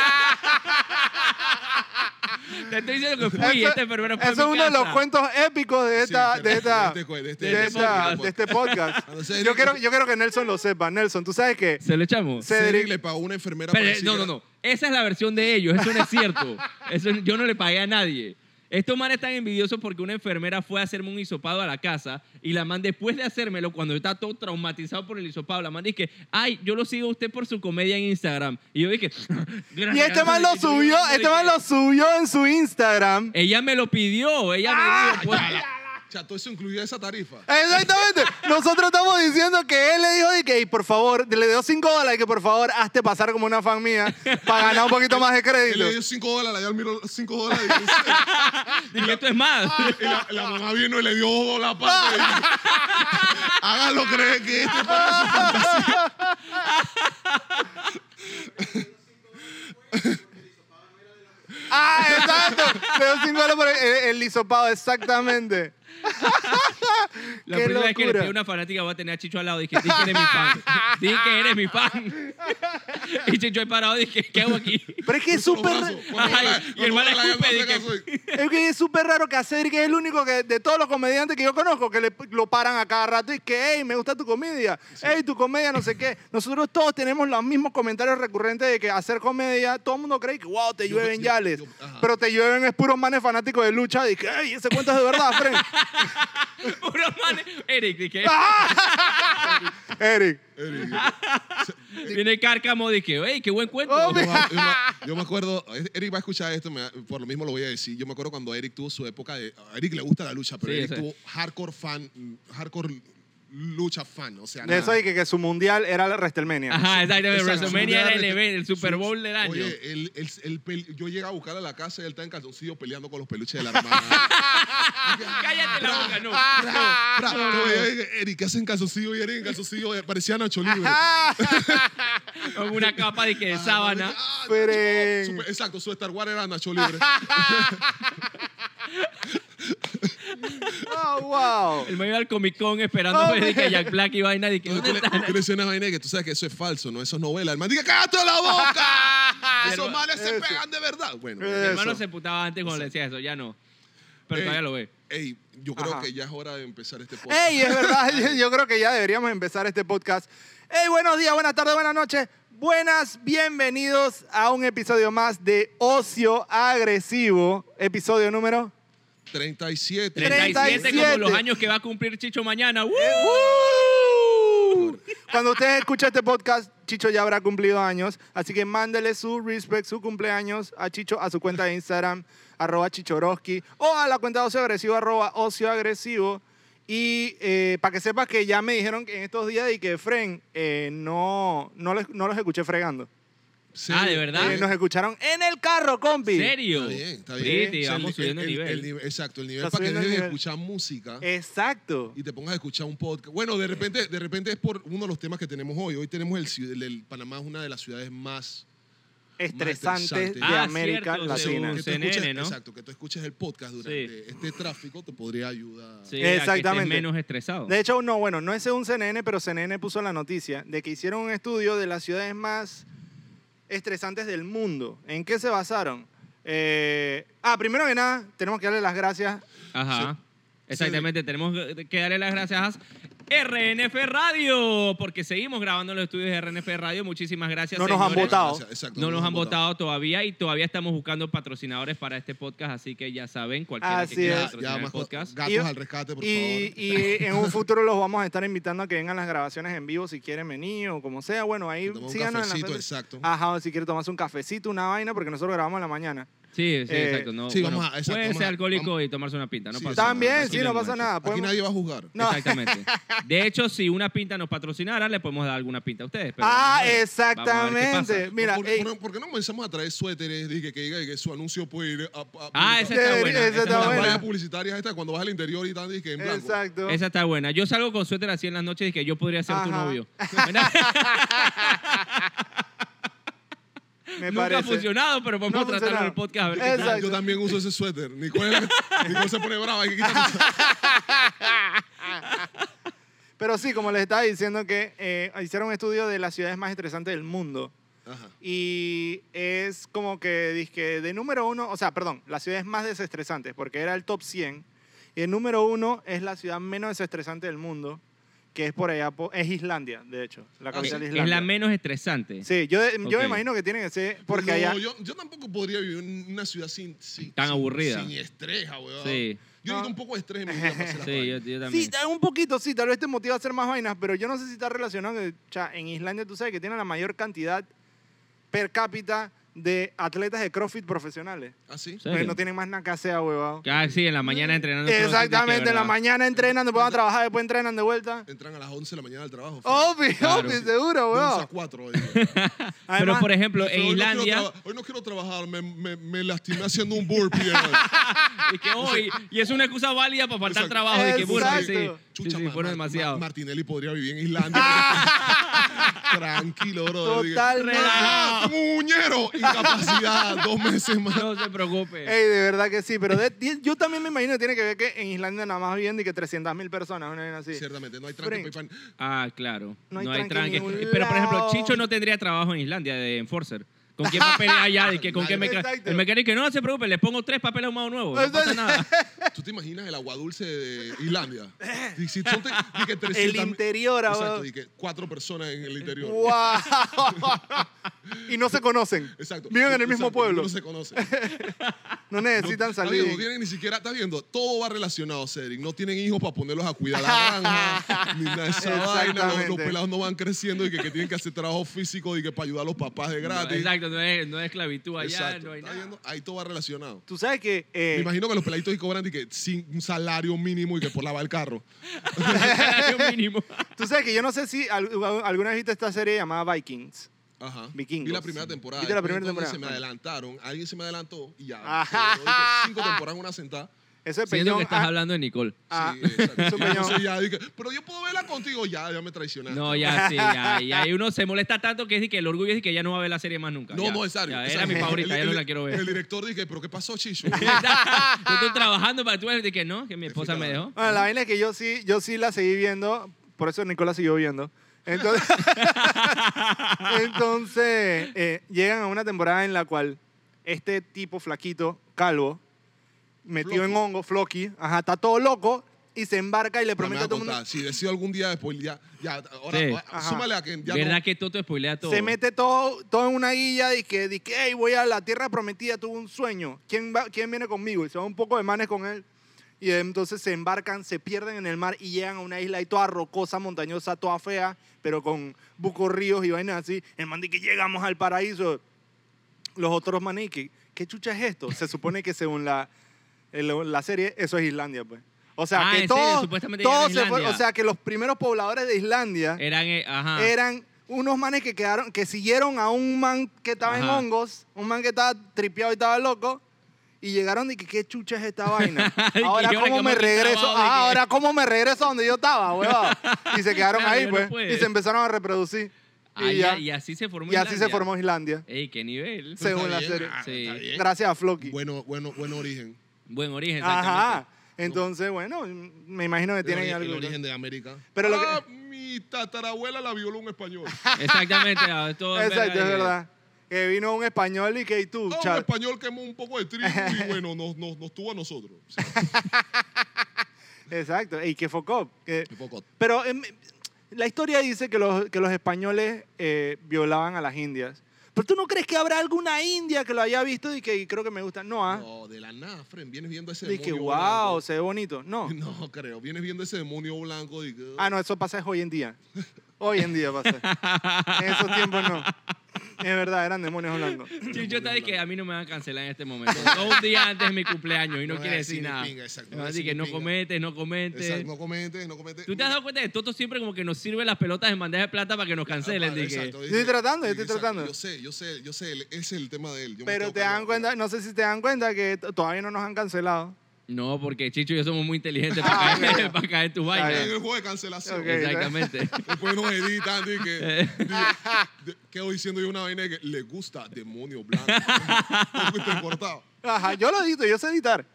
[SPEAKER 3] Te estoy diciendo que fui,
[SPEAKER 2] Eso-
[SPEAKER 3] este enfermero fue a
[SPEAKER 2] Eso es
[SPEAKER 3] mi
[SPEAKER 2] uno de los
[SPEAKER 3] casa.
[SPEAKER 2] cuentos épicos de esta,
[SPEAKER 1] Sí,
[SPEAKER 2] de esta,
[SPEAKER 1] de este co- de este-
[SPEAKER 2] de esta-
[SPEAKER 1] de
[SPEAKER 2] de
[SPEAKER 1] este
[SPEAKER 2] este podcast.
[SPEAKER 1] Entonces,
[SPEAKER 2] Yo quiero, yo quiero que Nelson lo sepa. Nelson, tú sabes que
[SPEAKER 3] ¿Se lo echamos?
[SPEAKER 1] Cedric
[SPEAKER 2] Cedric,
[SPEAKER 1] le pagó una enfermera
[SPEAKER 3] Pero,
[SPEAKER 1] para
[SPEAKER 3] eh,
[SPEAKER 1] decir
[SPEAKER 3] no,
[SPEAKER 1] que
[SPEAKER 3] no,
[SPEAKER 1] era-
[SPEAKER 3] no. Esa es la versión de ellos. Eso no es cierto. Eso, yo no le pagué a nadie. Estos manes están envidiosos porque una enfermera fue a hacerme un hisopado a la casa y la man después de hacérmelo, cuando yo estaba todo traumatizado por el hisopado, la man dice que, ay, yo lo sigo a usted por su comedia en Instagram. Y yo dije...
[SPEAKER 2] y este man lo subió, este man lo subió en su Instagram.
[SPEAKER 3] Ella me lo pidió, ella
[SPEAKER 2] ¡Ah!
[SPEAKER 3] me dijo... pues,
[SPEAKER 1] Chato, eso incluía esa tarifa.
[SPEAKER 2] Exactamente. Nosotros estamos diciendo que él le dijo de que, "Ey, por favor, le dio 5 dólares, que por favor, hazte pasar como una fan mía para ganar un poquito más de
[SPEAKER 1] Él
[SPEAKER 2] crédito.
[SPEAKER 1] le dio 5 dólares, allá miró 5 dólares.
[SPEAKER 3] dije, esto es más.
[SPEAKER 2] ¡Ah!
[SPEAKER 1] Y, y la, la mamá vino y le dio dos dólares aparte. Hágalo creer que este para su
[SPEAKER 2] Ah, exacto. Le dio 5 dólares por el, el hisopado, exactamente.
[SPEAKER 3] La
[SPEAKER 2] Qué
[SPEAKER 3] primera vez que le
[SPEAKER 2] locura.
[SPEAKER 3] pido a una fanática voy a tener a Chicho al lado. Dije, di que eres mi fan. Dije que eres mi fan. Y Chicho he parado. Dije, ¿qué hago aquí?
[SPEAKER 2] Pero es que es
[SPEAKER 1] brazo.
[SPEAKER 2] súper.
[SPEAKER 1] Cuando
[SPEAKER 3] Ay,
[SPEAKER 1] la-
[SPEAKER 3] y el
[SPEAKER 1] cuando
[SPEAKER 3] man
[SPEAKER 1] la- la-
[SPEAKER 3] escupe,
[SPEAKER 1] la-
[SPEAKER 3] dije-
[SPEAKER 1] la- la-
[SPEAKER 2] Es que es súper raro que hacer que es el único que de todos los comediantes que yo conozco que le- lo paran a cada rato y que, hey, me gusta tu comedia, hey, tu comedia, no sé qué. Nosotros todos tenemos los mismos comentarios recurrentes de que hacer comedia, todo el mundo cree que, wow, te
[SPEAKER 1] Yo-
[SPEAKER 2] llueven
[SPEAKER 1] yo-
[SPEAKER 2] yales,
[SPEAKER 1] yo- ajá.
[SPEAKER 2] pero te llueven es puros manes fanáticos de lucha y que, hey, ese cuento es de verdad, Fren.
[SPEAKER 3] Puro man. Eric, dije,
[SPEAKER 2] Ah, Eric.
[SPEAKER 3] viene Cárcamo. Dije, ¡ey, qué buen cuento!
[SPEAKER 2] Oh,
[SPEAKER 1] Yo me, yo me- yo me acuerdo, Eric va a escuchar esto, me- por lo mismo lo voy a decir. Yo me acuerdo cuando Eric tuvo su época de. A Eric le gusta la lucha, pero
[SPEAKER 3] Sí,
[SPEAKER 1] Eric
[SPEAKER 3] sí.
[SPEAKER 1] tuvo hardcore fan, hardcore lucha fan. O sea,
[SPEAKER 2] De eso
[SPEAKER 1] nada.
[SPEAKER 2] dije que, que su mundial era la WrestleMania.
[SPEAKER 3] Ajá, exacto.
[SPEAKER 1] Exacto.
[SPEAKER 3] WrestleMania era el
[SPEAKER 1] Su-
[SPEAKER 3] evento, el Super
[SPEAKER 1] su-
[SPEAKER 3] Bowl del año.
[SPEAKER 1] Oye, él- él- él pel- yo llegué a buscar a la casa y él está en calzoncillo peleando con los peluches de la hermana.
[SPEAKER 3] Cállate la boca, no.
[SPEAKER 2] Ah.
[SPEAKER 1] Bra, bra. Yo veía, Eric, ¿qué hace en calzoncillo? Y Eric en calzoncillo eh, parecía Nacho Libre.
[SPEAKER 2] Ah,
[SPEAKER 3] Con una capa dije, de sábana.
[SPEAKER 1] Ah,
[SPEAKER 2] Fren.
[SPEAKER 1] su- exacto, su Star Wars era Nacho Libre.
[SPEAKER 2] Oh, wow.
[SPEAKER 3] El man iba al Comic Con esperando
[SPEAKER 2] Oh,
[SPEAKER 3] ver y que
[SPEAKER 2] man.
[SPEAKER 3] Jack Black y vaina. Y que,
[SPEAKER 1] No,
[SPEAKER 3] ¿dónde
[SPEAKER 1] tú le,
[SPEAKER 3] está?
[SPEAKER 1] tú le dices una vaina que tú sabes que eso es falso, no, eso es novela. El man dice, ¡cállate la boca! Esos males se
[SPEAKER 2] Eso.
[SPEAKER 1] pegan de verdad. Bueno,
[SPEAKER 2] Eh,
[SPEAKER 3] Mi hermano
[SPEAKER 2] Eso.
[SPEAKER 3] se putaba antes cuando le decía eso, ya no. Pero
[SPEAKER 1] Ey.
[SPEAKER 3] todavía lo ve.
[SPEAKER 1] ey, yo creo
[SPEAKER 2] Ajá.
[SPEAKER 1] que ya es hora de empezar este podcast.
[SPEAKER 2] Ey, es verdad, yo, yo creo que ya deberíamos empezar este podcast. Ey, buenos días, buenas tardes, buenas noches. Buenas, bienvenidos a un episodio más de Ocio Agresivo, episodio número
[SPEAKER 1] 37.
[SPEAKER 3] 37,
[SPEAKER 2] 37.
[SPEAKER 3] como los años que va a cumplir Chicho mañana. ¡Woo!
[SPEAKER 2] ¡Uh! Cuando usted escucha este podcast, Chicho ya habrá cumplido años. Así que mándele su respect, su cumpleaños a Chicho a su cuenta de Instagram, arroba chichoroski, o a la cuenta de ocio agresivo, arroba ocio agresivo. Y para que sepas que ya me dijeron que en estos días y que Fren, eh, no, no, les- no los escuché fregando.
[SPEAKER 1] Sí.
[SPEAKER 3] Ah, ¿de verdad?
[SPEAKER 2] Eh, nos escucharon en el carro, compi.
[SPEAKER 3] ¿Serio?
[SPEAKER 1] Está bien, está bien.
[SPEAKER 3] Pretty,
[SPEAKER 1] O sea,
[SPEAKER 3] vamos subiendo el, nivel.
[SPEAKER 1] exacto, el nivel
[SPEAKER 2] Está
[SPEAKER 1] para que
[SPEAKER 2] subiendo
[SPEAKER 1] dejes
[SPEAKER 2] el
[SPEAKER 1] de
[SPEAKER 2] nivel. Eh.
[SPEAKER 1] escuchar música
[SPEAKER 2] Exacto.
[SPEAKER 1] y te pongas a escuchar un podcast. Bueno, de repente, de repente es por uno de los temas que tenemos hoy. Hoy tenemos el, ciu- el- el Panamá es una de las ciudades más
[SPEAKER 2] Estresantes de
[SPEAKER 1] interesante.
[SPEAKER 3] Ah,
[SPEAKER 2] América
[SPEAKER 3] cierto,
[SPEAKER 2] Latina.
[SPEAKER 3] según-
[SPEAKER 1] que tú
[SPEAKER 3] CNN,
[SPEAKER 1] escuches-
[SPEAKER 3] ¿no?
[SPEAKER 1] Exacto, que tú escuches el podcast durante este tráfico te podría ayudar.
[SPEAKER 3] Sí, a que estés
[SPEAKER 2] Exactamente.
[SPEAKER 3] menos estresado.
[SPEAKER 2] De hecho, no, bueno, no es según CNN, pero CNN puso la noticia de que hicieron un estudio de las ciudades más estresantes del mundo. ¿En qué se basaron? Eh, ah, primero que nada, tenemos que darle las gracias.
[SPEAKER 3] Ajá. Exactamente, tenemos que darle las gracias a RNF Radio, porque seguimos grabando en los estudios de RNF Radio. Muchísimas gracias.
[SPEAKER 2] No nos han
[SPEAKER 3] señores.
[SPEAKER 2] votado.
[SPEAKER 1] Gracias, exacto,
[SPEAKER 3] No nos han
[SPEAKER 1] votado.
[SPEAKER 3] votado todavía y todavía estamos buscando patrocinadores para este podcast, así que ya saben, cualquiera
[SPEAKER 2] Así
[SPEAKER 3] que quiera
[SPEAKER 2] es.
[SPEAKER 1] Ya,
[SPEAKER 3] patrocinar
[SPEAKER 1] ya
[SPEAKER 3] el
[SPEAKER 1] más
[SPEAKER 3] podcast.
[SPEAKER 1] gatos
[SPEAKER 2] Y-
[SPEAKER 1] al rescate, por
[SPEAKER 2] Y,
[SPEAKER 1] favor.
[SPEAKER 2] y en un futuro los vamos a estar invitando a que vengan las grabaciones en vivo si quieren venir o como sea. Bueno, ahí
[SPEAKER 1] Tomamos un
[SPEAKER 2] síganos en las
[SPEAKER 1] cafecito,
[SPEAKER 2] redes.
[SPEAKER 1] exacto.
[SPEAKER 2] Ajá, o si quieren tomarse un cafecito, una vaina, porque nosotros grabamos en la mañana.
[SPEAKER 3] Sí, sí,
[SPEAKER 2] Eh,
[SPEAKER 3] exacto. No,
[SPEAKER 1] sí,
[SPEAKER 3] bueno,
[SPEAKER 1] vamos a- exacto,
[SPEAKER 3] puede
[SPEAKER 1] vamos
[SPEAKER 3] ser
[SPEAKER 1] a-
[SPEAKER 3] alcohólico
[SPEAKER 1] vamos-
[SPEAKER 3] y tomarse una pinta, no
[SPEAKER 1] Sí,
[SPEAKER 3] pasa nada.
[SPEAKER 2] También,
[SPEAKER 1] tranquilo,
[SPEAKER 2] sí, no pasa nada.
[SPEAKER 1] Aquí
[SPEAKER 2] podemos-
[SPEAKER 1] nadie va a juzgar.
[SPEAKER 2] No.
[SPEAKER 3] Exactamente. De hecho, si una pinta nos patrocinara, le podemos dar alguna pinta a ustedes. pero
[SPEAKER 2] ah,
[SPEAKER 3] vamos a ver. Vamos a ver qué pasa.
[SPEAKER 2] exactamente. Mira,
[SPEAKER 1] ¿Por,
[SPEAKER 2] ey,
[SPEAKER 1] por- por qué no comenzamos a traer suéteres? Dije que diga que su anuncio puede ir a. a-
[SPEAKER 3] Ah, esa está
[SPEAKER 2] Debería-
[SPEAKER 3] buena.
[SPEAKER 2] esa
[SPEAKER 3] esa
[SPEAKER 2] está
[SPEAKER 3] es
[SPEAKER 1] Las
[SPEAKER 3] una
[SPEAKER 2] buena.
[SPEAKER 1] vallas publicitarias estas cuando vas al interior y están que en blanco.
[SPEAKER 2] exacto.
[SPEAKER 3] Esa está buena. Yo salgo con suéter así en las noches y que yo podría ser tu
[SPEAKER 2] Ajá.
[SPEAKER 3] novio.
[SPEAKER 2] Me
[SPEAKER 3] Nunca ha
[SPEAKER 2] parece.
[SPEAKER 3] funcionado, pero podemos
[SPEAKER 2] No ha
[SPEAKER 3] tratarlo en el
[SPEAKER 2] funcionado.
[SPEAKER 3] podcast. a ver qué
[SPEAKER 1] Yo-
[SPEAKER 3] tal.
[SPEAKER 2] Exacto.
[SPEAKER 1] Yo también uso ese suéter. Nicole, Nicole se pone brava. Hay que quitarse el
[SPEAKER 2] Pero sí, como les estaba diciendo, que eh, hicieron un estudio de las ciudades más estresantes del mundo.
[SPEAKER 1] suéter. Ajá.
[SPEAKER 2] Y es como que, dizque de número uno, o sea, perdón, las ciudades más desestresantes, porque era el top 100. Y el número uno es la ciudad menos desestresante del mundo, que es por allá, po- es Islandia, de hecho, la
[SPEAKER 1] Ah, sí.
[SPEAKER 2] capital de
[SPEAKER 3] Es
[SPEAKER 2] Islandia.
[SPEAKER 3] la menos estresante.
[SPEAKER 2] Sí, yo, de- yo
[SPEAKER 3] Ok.
[SPEAKER 2] me imagino que tiene que ser, porque
[SPEAKER 1] No,
[SPEAKER 2] allá...
[SPEAKER 1] Yo, yo tampoco podría vivir en una ciudad sin. sin-
[SPEAKER 3] Tan
[SPEAKER 1] sin-
[SPEAKER 3] aburrida.
[SPEAKER 1] Sin estrés, weón.
[SPEAKER 3] Sí.
[SPEAKER 1] Yo
[SPEAKER 2] No.
[SPEAKER 1] necesito un poco de estrés en mi vida para hacer las
[SPEAKER 3] Sí, yo,
[SPEAKER 1] vainas.
[SPEAKER 3] yo
[SPEAKER 2] Sí,
[SPEAKER 3] también.
[SPEAKER 2] da- un poquito, sí, tal vez te motiva a hacer más vainas, pero yo no sé si está relacionado que o sea, en Islandia tú sabes que tienen la mayor cantidad per cápita de atletas de CrossFit profesionales.
[SPEAKER 1] ¿Ah, sí?
[SPEAKER 3] Sí.
[SPEAKER 2] Porque no tienen más nada que hacer, huevado.
[SPEAKER 3] Ah, sí, en la mañana entrenando. todo, sí, de que,
[SPEAKER 2] Mm. Exactamente, en la
[SPEAKER 3] ¿verdad?
[SPEAKER 2] mañana entrenan, después van a trabajar, después entrenan de vuelta.
[SPEAKER 1] Entran a las 11 de la mañana al trabajo.
[SPEAKER 2] Obvio,
[SPEAKER 3] Claro.
[SPEAKER 2] obvio, seguro,
[SPEAKER 1] De 11 a
[SPEAKER 2] Oh, huevón.
[SPEAKER 1] 4.
[SPEAKER 3] Pero,
[SPEAKER 2] Además,
[SPEAKER 3] por ejemplo, en
[SPEAKER 1] hoy, no
[SPEAKER 3] Islandia,
[SPEAKER 1] quiero traba- hoy no quiero trabajar. Me, me, me lastimé haciendo un burpee. hermano.
[SPEAKER 3] y que hoy, y es una excusa válida para faltar
[SPEAKER 1] Exacto.
[SPEAKER 3] trabajo. Y que bueno, sí, sí,
[SPEAKER 2] Exacto.
[SPEAKER 3] sí, sí,
[SPEAKER 1] Ma-
[SPEAKER 3] fueron
[SPEAKER 1] Ma-
[SPEAKER 3] demasiado.
[SPEAKER 1] Ma- Martinelli podría vivir en Islandia. Tranquilo, bro.
[SPEAKER 2] Totalmente.
[SPEAKER 1] Ah, como un muñero. Incapacidad, dos meses más.
[SPEAKER 3] no se preocupe.
[SPEAKER 2] Ey, de verdad que sí, pero de- de- yo también me imagino que tiene que ver que en Islandia nada más viven y que 300 mil personas, una vaina así.
[SPEAKER 1] Ciertamente, no hay tranque.
[SPEAKER 2] Frank.
[SPEAKER 1] pa' pan.
[SPEAKER 3] Ah, claro.
[SPEAKER 2] No hay
[SPEAKER 3] No hay
[SPEAKER 2] tranque
[SPEAKER 3] tranque.
[SPEAKER 2] en ningún
[SPEAKER 3] Pero, por ejemplo,
[SPEAKER 2] lado.
[SPEAKER 3] Chicho no tendría trabajo en Islandia de Enforcer. ¿Con quién va a pelear allá? ¿Y que, ¿Con qué mecánico?
[SPEAKER 2] Exacto.
[SPEAKER 3] El mecánico, no, no se preocupe, le pongo tres papeles ahumados nuevos. No pasa
[SPEAKER 2] Entonces-
[SPEAKER 3] nada.
[SPEAKER 1] ¿Tú te imaginas el agua dulce de Islandia? Y si son te- y que 300
[SPEAKER 2] El interior, ah,
[SPEAKER 1] Exacto,
[SPEAKER 2] huevón.
[SPEAKER 1] y que cuatro personas en el interior.
[SPEAKER 2] ¡Wow! y no se conocen.
[SPEAKER 1] Exacto.
[SPEAKER 2] Viven en el mismo
[SPEAKER 1] Exacto,
[SPEAKER 2] pueblo.
[SPEAKER 1] No se conocen.
[SPEAKER 2] No necesitan
[SPEAKER 1] No-
[SPEAKER 2] salir.
[SPEAKER 1] amigo, tienen ni siquiera, estás viendo, todo va relacionado, Cedric. No tienen hijos para ponerlos a cuidar la granja, ni nada de esa vaina. Los, los
[SPEAKER 2] Exactamente.
[SPEAKER 1] pelados no van creciendo y que, que tienen que hacer trabajo físico y que para ayudar a los papás de
[SPEAKER 3] No,
[SPEAKER 1] gratis.
[SPEAKER 3] exacto, no es, no es esclavitud allá,
[SPEAKER 1] Exacto,
[SPEAKER 3] no hay
[SPEAKER 1] ¿estás
[SPEAKER 3] nada.
[SPEAKER 1] viendo? Ahí todo va relacionado.
[SPEAKER 2] Tú sabes que... eh,
[SPEAKER 1] Me imagino que los peladitos ahí cobran y que sin un salario mínimo y que por lavar el carro.
[SPEAKER 3] Salario mínimo.
[SPEAKER 2] Tú sabes que yo no sé si al- alguna vez viste esta serie llamada Vikings.
[SPEAKER 1] Ajá.
[SPEAKER 2] Vikingos.
[SPEAKER 1] Vi la primera temporada.
[SPEAKER 2] Viste la
[SPEAKER 1] después
[SPEAKER 2] primera
[SPEAKER 1] entonces
[SPEAKER 2] temporada.
[SPEAKER 1] Se me
[SPEAKER 2] Bueno.
[SPEAKER 1] adelantaron. Alguien se me adelantó y ya.
[SPEAKER 2] Ajá.
[SPEAKER 1] quedó, dije, cinco temporadas en una sentada.
[SPEAKER 2] Eso de
[SPEAKER 3] Siento
[SPEAKER 2] peñón.
[SPEAKER 3] que estás
[SPEAKER 2] ah,
[SPEAKER 3] hablando de Nicole.
[SPEAKER 2] ah,
[SPEAKER 1] Sí, exacto.
[SPEAKER 2] eso de
[SPEAKER 1] Yo no
[SPEAKER 2] peñón.
[SPEAKER 1] soy ya, dije, pero yo puedo verla contigo. Ya, ya me traicionaste.
[SPEAKER 3] No, ya sí, ya, ya. Y uno se molesta tanto que es de que el orgullo es de que ya no va a ver la serie más nunca.
[SPEAKER 1] No,
[SPEAKER 3] ya,
[SPEAKER 1] no, es serio.
[SPEAKER 3] ya,
[SPEAKER 1] es
[SPEAKER 3] era
[SPEAKER 1] serio.
[SPEAKER 3] mi favorita,
[SPEAKER 1] El-
[SPEAKER 3] ya no
[SPEAKER 1] el-
[SPEAKER 3] la quiero
[SPEAKER 1] El
[SPEAKER 3] ver.
[SPEAKER 1] director dije, ¿pero qué pasó, Chicho?
[SPEAKER 3] Yo estoy trabajando para que tú veas de que no, que mi esposa me dejó.
[SPEAKER 2] Bueno, la vaina es que yo sí, yo sí la seguí viendo, por eso Nicolás siguió viendo. Entonces, Entonces, eh, llegan a una temporada en la cual este tipo flaquito, calvo, metido
[SPEAKER 1] Floki.
[SPEAKER 2] en hongo, floqui, ajá, está todo loco y se embarca y le
[SPEAKER 1] Ya me
[SPEAKER 2] promete
[SPEAKER 1] va
[SPEAKER 2] a
[SPEAKER 1] a
[SPEAKER 2] todo el mundo.
[SPEAKER 1] contar. Si decido algún día después, ya, ya, ahora,
[SPEAKER 3] Sí.
[SPEAKER 1] ahora,
[SPEAKER 2] Ajá.
[SPEAKER 1] súmale a que ya
[SPEAKER 3] ¿Verdad
[SPEAKER 1] no-
[SPEAKER 3] que Toto spoilea todo?
[SPEAKER 2] Se mete todo, todo en una guilla y que, dice, hey, voy a la tierra prometida, tuve un sueño. ¿Quién, va, ¿Quién viene conmigo? Y se va un poco de manes con él. Y entonces se embarcan, se pierden en el mar y llegan a una isla ahí toda rocosa, montañosa, toda fea, pero con bucos, ríos y vainas así. El man dice que llegamos al paraíso. Los otros manes, ¿qué, ¿qué chucha es esto? Se supone que según la, el- la serie, eso es Islandia, pues. O sea,
[SPEAKER 3] Ah,
[SPEAKER 2] que
[SPEAKER 3] ¿en serio?
[SPEAKER 2] todos,
[SPEAKER 3] Supuestamente
[SPEAKER 2] todos
[SPEAKER 3] llegaron a
[SPEAKER 2] se fue-
[SPEAKER 3] Islandia.
[SPEAKER 2] o sea, que los primeros pobladores de Islandia
[SPEAKER 3] Eran, eh, ajá.
[SPEAKER 2] eran unos manes que quedaron, que siguieron a un man que estaba en
[SPEAKER 3] Ajá.
[SPEAKER 2] hongos, un man que estaba tripeado y estaba loco, y llegaron y que qué chucha es esta vaina.
[SPEAKER 3] Y
[SPEAKER 2] Ahora
[SPEAKER 3] que ahora
[SPEAKER 2] cómo
[SPEAKER 3] que
[SPEAKER 2] me
[SPEAKER 3] hemos
[SPEAKER 2] regreso,
[SPEAKER 3] acabado
[SPEAKER 2] ah,
[SPEAKER 3] de que-
[SPEAKER 2] ahora cómo me regreso a donde yo estaba, huevón. Y se quedaron
[SPEAKER 3] Claro,
[SPEAKER 2] ahí,
[SPEAKER 3] ya no
[SPEAKER 2] pues,
[SPEAKER 3] puede.
[SPEAKER 2] y se empezaron a reproducir.
[SPEAKER 3] Ah,
[SPEAKER 2] y,
[SPEAKER 3] ya,
[SPEAKER 2] ya,
[SPEAKER 3] y así se formó
[SPEAKER 2] y así se
[SPEAKER 3] Islandia.
[SPEAKER 2] formó Islandia,
[SPEAKER 3] Ey, qué nivel.
[SPEAKER 2] Sí. según
[SPEAKER 1] Está
[SPEAKER 2] la
[SPEAKER 1] bien,
[SPEAKER 2] serie.
[SPEAKER 1] ah,
[SPEAKER 3] Sí.
[SPEAKER 1] está bien.
[SPEAKER 2] gracias a Floki.
[SPEAKER 1] Bueno, bueno, buen origen.
[SPEAKER 3] Buen origen,
[SPEAKER 2] Ajá.
[SPEAKER 3] exactamente.
[SPEAKER 2] Entonces, bueno, me imagino que
[SPEAKER 1] El,
[SPEAKER 2] tienen
[SPEAKER 1] ori- el
[SPEAKER 2] algo.
[SPEAKER 1] origen de América.
[SPEAKER 2] Pero lo que-
[SPEAKER 1] Ah, mi tatarabuela la violó un español.
[SPEAKER 3] Exactamente. ah, todo es
[SPEAKER 2] Exacto, es
[SPEAKER 3] eh,
[SPEAKER 2] verdad. Que vino un español y que y tú,
[SPEAKER 1] No, un
[SPEAKER 2] chao.
[SPEAKER 1] español quemó un poco de trigo y bueno, nos, nos, nos tuvo a nosotros. O sea,
[SPEAKER 2] Exacto, y que focó. Que,
[SPEAKER 1] un poco.
[SPEAKER 2] Pero em, la historia dice que los, que los españoles eh, violaban a las indias. Pero tú no crees que habrá alguna india que lo haya visto y que y creo que me gusta. No, ah.
[SPEAKER 1] No, de la nada, Fren, vienes viendo ese
[SPEAKER 2] Dice que,
[SPEAKER 1] demonio
[SPEAKER 2] wow,
[SPEAKER 1] blanco.
[SPEAKER 2] se ve bonito. No.
[SPEAKER 1] No creo, vienes viendo ese demonio blanco y que-
[SPEAKER 2] Ah, no, eso pasa es hoy en día. Hoy en día pasa. En esos tiempos no. Es verdad, eran demonios blancos.
[SPEAKER 3] Chicho está de que a mí no me van a cancelar en este momento. Todo un día antes de mi cumpleaños y no,
[SPEAKER 1] No
[SPEAKER 3] quiere
[SPEAKER 1] voy a decir
[SPEAKER 3] decir
[SPEAKER 1] ni
[SPEAKER 3] nada.
[SPEAKER 1] pinga, exacto, no
[SPEAKER 3] No,
[SPEAKER 1] voy a
[SPEAKER 3] así
[SPEAKER 1] decir
[SPEAKER 3] que
[SPEAKER 1] ni
[SPEAKER 3] no
[SPEAKER 1] pinga.
[SPEAKER 3] comentes, no comentes.
[SPEAKER 1] Exacto, no comentes, no comentes.
[SPEAKER 3] ¿Tú te has dado cuenta de que Toto siempre como que nos sirve las pelotas en bandeja de plata para que nos cancelen?
[SPEAKER 1] Ah,
[SPEAKER 3] de que-
[SPEAKER 1] exacto,
[SPEAKER 2] Yo
[SPEAKER 1] dije-
[SPEAKER 2] estoy tratando, yo
[SPEAKER 1] dije,
[SPEAKER 2] estoy
[SPEAKER 1] exacto,
[SPEAKER 2] tratando.
[SPEAKER 1] Yo sé, yo sé, yo sé, él- ese es el tema de él. yo me
[SPEAKER 2] Pero
[SPEAKER 1] quedo
[SPEAKER 2] te
[SPEAKER 1] callado,
[SPEAKER 2] dan cuenta,
[SPEAKER 1] pero-
[SPEAKER 2] no sé si te dan cuenta que t- todavía no nos han cancelado.
[SPEAKER 3] No, porque Chicho y yo somos muy inteligentes
[SPEAKER 2] Ah,
[SPEAKER 3] para,
[SPEAKER 2] ok,
[SPEAKER 3] caer,
[SPEAKER 2] ok.
[SPEAKER 3] para caer en tus
[SPEAKER 2] Está
[SPEAKER 1] En
[SPEAKER 3] vainas.
[SPEAKER 2] bien.
[SPEAKER 1] el juego de cancelación.
[SPEAKER 2] Ok.
[SPEAKER 3] Exactamente.
[SPEAKER 1] Después nos editan y que. de- Quedo diciendo yo una vaina de que le gusta demonio blanco. Porque estoy cortado.
[SPEAKER 2] Ajá, yo lo edito, yo sé editar.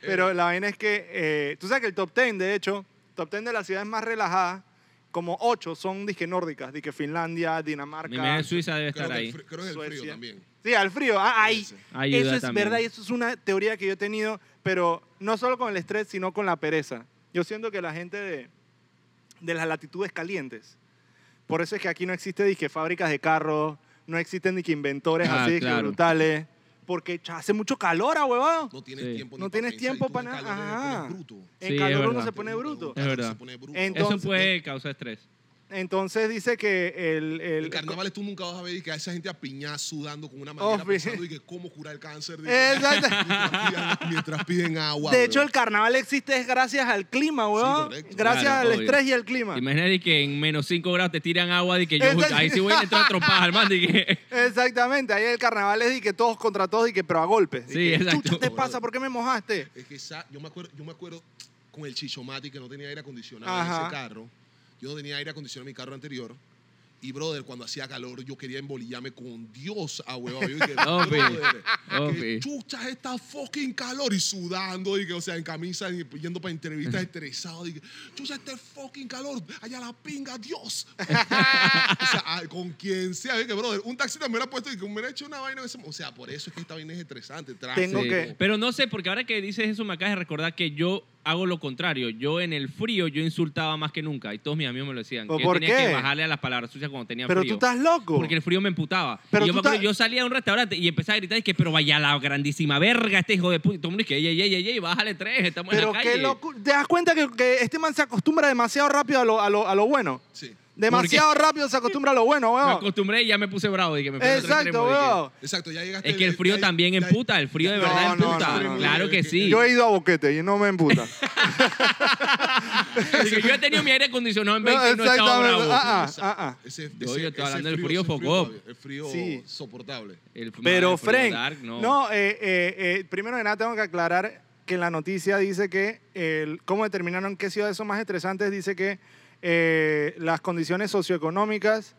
[SPEAKER 2] Pero la vaina es que, eh, tú sabes que el top 10, de hecho, top 10 de las ciudades más relajadas, como 8 son disque nórdicas, disque Finlandia,
[SPEAKER 3] Mi imagen
[SPEAKER 2] Dinamarca.
[SPEAKER 3] en Suiza debe
[SPEAKER 1] Creo
[SPEAKER 3] estar
[SPEAKER 1] que, el
[SPEAKER 3] ahí.
[SPEAKER 1] fr- creo que es el frío
[SPEAKER 2] Suecia.
[SPEAKER 1] también.
[SPEAKER 2] Sí, al frío. Ah, ahí.
[SPEAKER 3] Ayuda
[SPEAKER 2] eso es
[SPEAKER 3] también.
[SPEAKER 2] verdad y eso es una teoría que yo he tenido, pero no solo con el estrés, sino con la pereza. Yo siento que la gente de, de las latitudes calientes, por eso es que aquí no existe disque fábricas de carros, no existen disque inventores
[SPEAKER 3] Ah,
[SPEAKER 2] así disque
[SPEAKER 3] claro.
[SPEAKER 2] brutales, porque cha, hace mucho calor, ah, huevón.
[SPEAKER 1] No tienes
[SPEAKER 3] Sí.
[SPEAKER 1] tiempo ni
[SPEAKER 2] No
[SPEAKER 1] pa'
[SPEAKER 2] tienes
[SPEAKER 1] pensar,
[SPEAKER 2] tiempo
[SPEAKER 1] y tú
[SPEAKER 2] pa'
[SPEAKER 1] en
[SPEAKER 2] nada.
[SPEAKER 1] calor eres
[SPEAKER 2] Ajá.
[SPEAKER 1] bruto.
[SPEAKER 2] En
[SPEAKER 3] Sí, es
[SPEAKER 2] calor uno
[SPEAKER 3] verdad.
[SPEAKER 2] se pone
[SPEAKER 1] Uno
[SPEAKER 2] bruto.
[SPEAKER 1] se
[SPEAKER 3] verdad.
[SPEAKER 1] pone bruto.
[SPEAKER 2] Entonces- eh,
[SPEAKER 3] Eso puede causar estrés.
[SPEAKER 2] Entonces dice que el... el-
[SPEAKER 1] En carnavales tú nunca vas a ver y que a esa gente apiñada sudando con una manera
[SPEAKER 2] Obvio.
[SPEAKER 1] pensando y que cómo curar el cáncer. de-
[SPEAKER 2] Exacto.
[SPEAKER 1] Mientras piden- Mientras piden agua.
[SPEAKER 2] de hecho,
[SPEAKER 1] weón.
[SPEAKER 2] el carnaval existe es gracias al clima, huevón.
[SPEAKER 1] correcto.
[SPEAKER 2] gracias
[SPEAKER 3] Claro,
[SPEAKER 2] al
[SPEAKER 3] obvio.
[SPEAKER 2] estrés y al clima.
[SPEAKER 3] Imagínate que en menos 5 grados te tiran agua y que yo
[SPEAKER 2] Exacto.
[SPEAKER 3] ahí sí voy a entrar a trompadas al man. di que-
[SPEAKER 2] Exactamente, ahí el carnaval es de que todos contra todos y que pero a golpes. Di
[SPEAKER 3] Sí,
[SPEAKER 2] que,
[SPEAKER 3] exacto.
[SPEAKER 2] "Chucha, te pasa? ¿Por qué me mojaste?
[SPEAKER 1] Es que esa- yo me acuerdo, yo me acuerdo con el Chichomati que no tenía aire acondicionado en
[SPEAKER 2] Ajá.
[SPEAKER 1] ese carro. Yo no tenía aire acondicionado en mi carro anterior. Y brother, cuando hacía calor, yo quería embolillarme con Dios a huevón. Yo dije,
[SPEAKER 3] Opi.
[SPEAKER 1] brother,
[SPEAKER 2] Ah,
[SPEAKER 3] Opi.
[SPEAKER 1] qué chucha es esta fucking calor y sudando, y que, o sea, en camisa, y yendo para entrevistas estresado, y que, chucha este fucking calor, allá la pinga, Dios. o sea, ay, con quien sea, y que brother, un taxista me hubiera puesto y que me hubiera hecho una vaina, en ese- o sea, por eso es que esta vaina es estresante. tráfico.
[SPEAKER 2] Tengo que-
[SPEAKER 3] Pero no sé, porque ahora que dices eso me acabas de recordar que yo hago lo contrario. Yo en el frío yo insultaba más que nunca y todos mis amigos me lo decían.
[SPEAKER 2] ¿Pero
[SPEAKER 3] que
[SPEAKER 2] por
[SPEAKER 3] yo tenía
[SPEAKER 2] qué?
[SPEAKER 3] que bajarle a las palabras sucias cuando tenía
[SPEAKER 2] Pero tú
[SPEAKER 3] frío.
[SPEAKER 2] estás loco.
[SPEAKER 3] Porque el frío me emputaba.
[SPEAKER 2] Pero
[SPEAKER 3] y yo,
[SPEAKER 2] tú
[SPEAKER 3] me acuerdo,
[SPEAKER 2] estás-
[SPEAKER 3] yo salía a un restaurante y empezaba a gritar y que pero vaya la grandísima verga este hijo de puta. Y todo el mundo dice, ey, ey, ey, ey, ey, bájale tres, estamos
[SPEAKER 2] Pero
[SPEAKER 3] en la
[SPEAKER 2] qué
[SPEAKER 3] calle.
[SPEAKER 2] loco. ¿Te das cuenta que, que este man se acostumbra demasiado rápido a lo, a lo, a lo bueno?
[SPEAKER 1] Sí.
[SPEAKER 2] Demasiado rápido se acostumbra a lo bueno,
[SPEAKER 3] Me
[SPEAKER 2] weón.
[SPEAKER 3] acostumbré y ya me puse bravo. Dije, me puse al
[SPEAKER 2] Exacto,
[SPEAKER 3] extremo, dije,
[SPEAKER 2] weón.
[SPEAKER 1] Exacto, ya llegaste.
[SPEAKER 3] Es que el
[SPEAKER 1] ya-
[SPEAKER 3] frío
[SPEAKER 1] ya-
[SPEAKER 3] también
[SPEAKER 1] ya-
[SPEAKER 3] emputa, el frío de
[SPEAKER 1] ya-
[SPEAKER 3] verdad
[SPEAKER 2] No, no,
[SPEAKER 3] emputa.
[SPEAKER 2] no, no, no.
[SPEAKER 3] claro que sí.
[SPEAKER 2] Yo he ido a boquete y no me emputa.
[SPEAKER 3] Así que yo he tenido mi aire acondicionado en 20 y no estaba
[SPEAKER 2] exactamente.
[SPEAKER 3] bravo.
[SPEAKER 2] Ah, ah,
[SPEAKER 1] Esa-
[SPEAKER 2] ah, ah.
[SPEAKER 1] Ese,
[SPEAKER 3] Yo
[SPEAKER 1] ese-
[SPEAKER 3] estoy
[SPEAKER 1] ese
[SPEAKER 3] hablando del frío
[SPEAKER 1] ese
[SPEAKER 3] foco. Ah,
[SPEAKER 1] todavía, El frío
[SPEAKER 2] Sí.
[SPEAKER 1] soportable.
[SPEAKER 3] El-
[SPEAKER 2] Pero,
[SPEAKER 3] el Pues, frío
[SPEAKER 2] Frank,
[SPEAKER 3] dark,
[SPEAKER 2] no, eh, eh, eh, primero de nada tengo que aclarar que la noticia dice que, el, ¿cómo determinaron qué ciudades son más estresantes? Dice que eh, las condiciones socioeconómicas,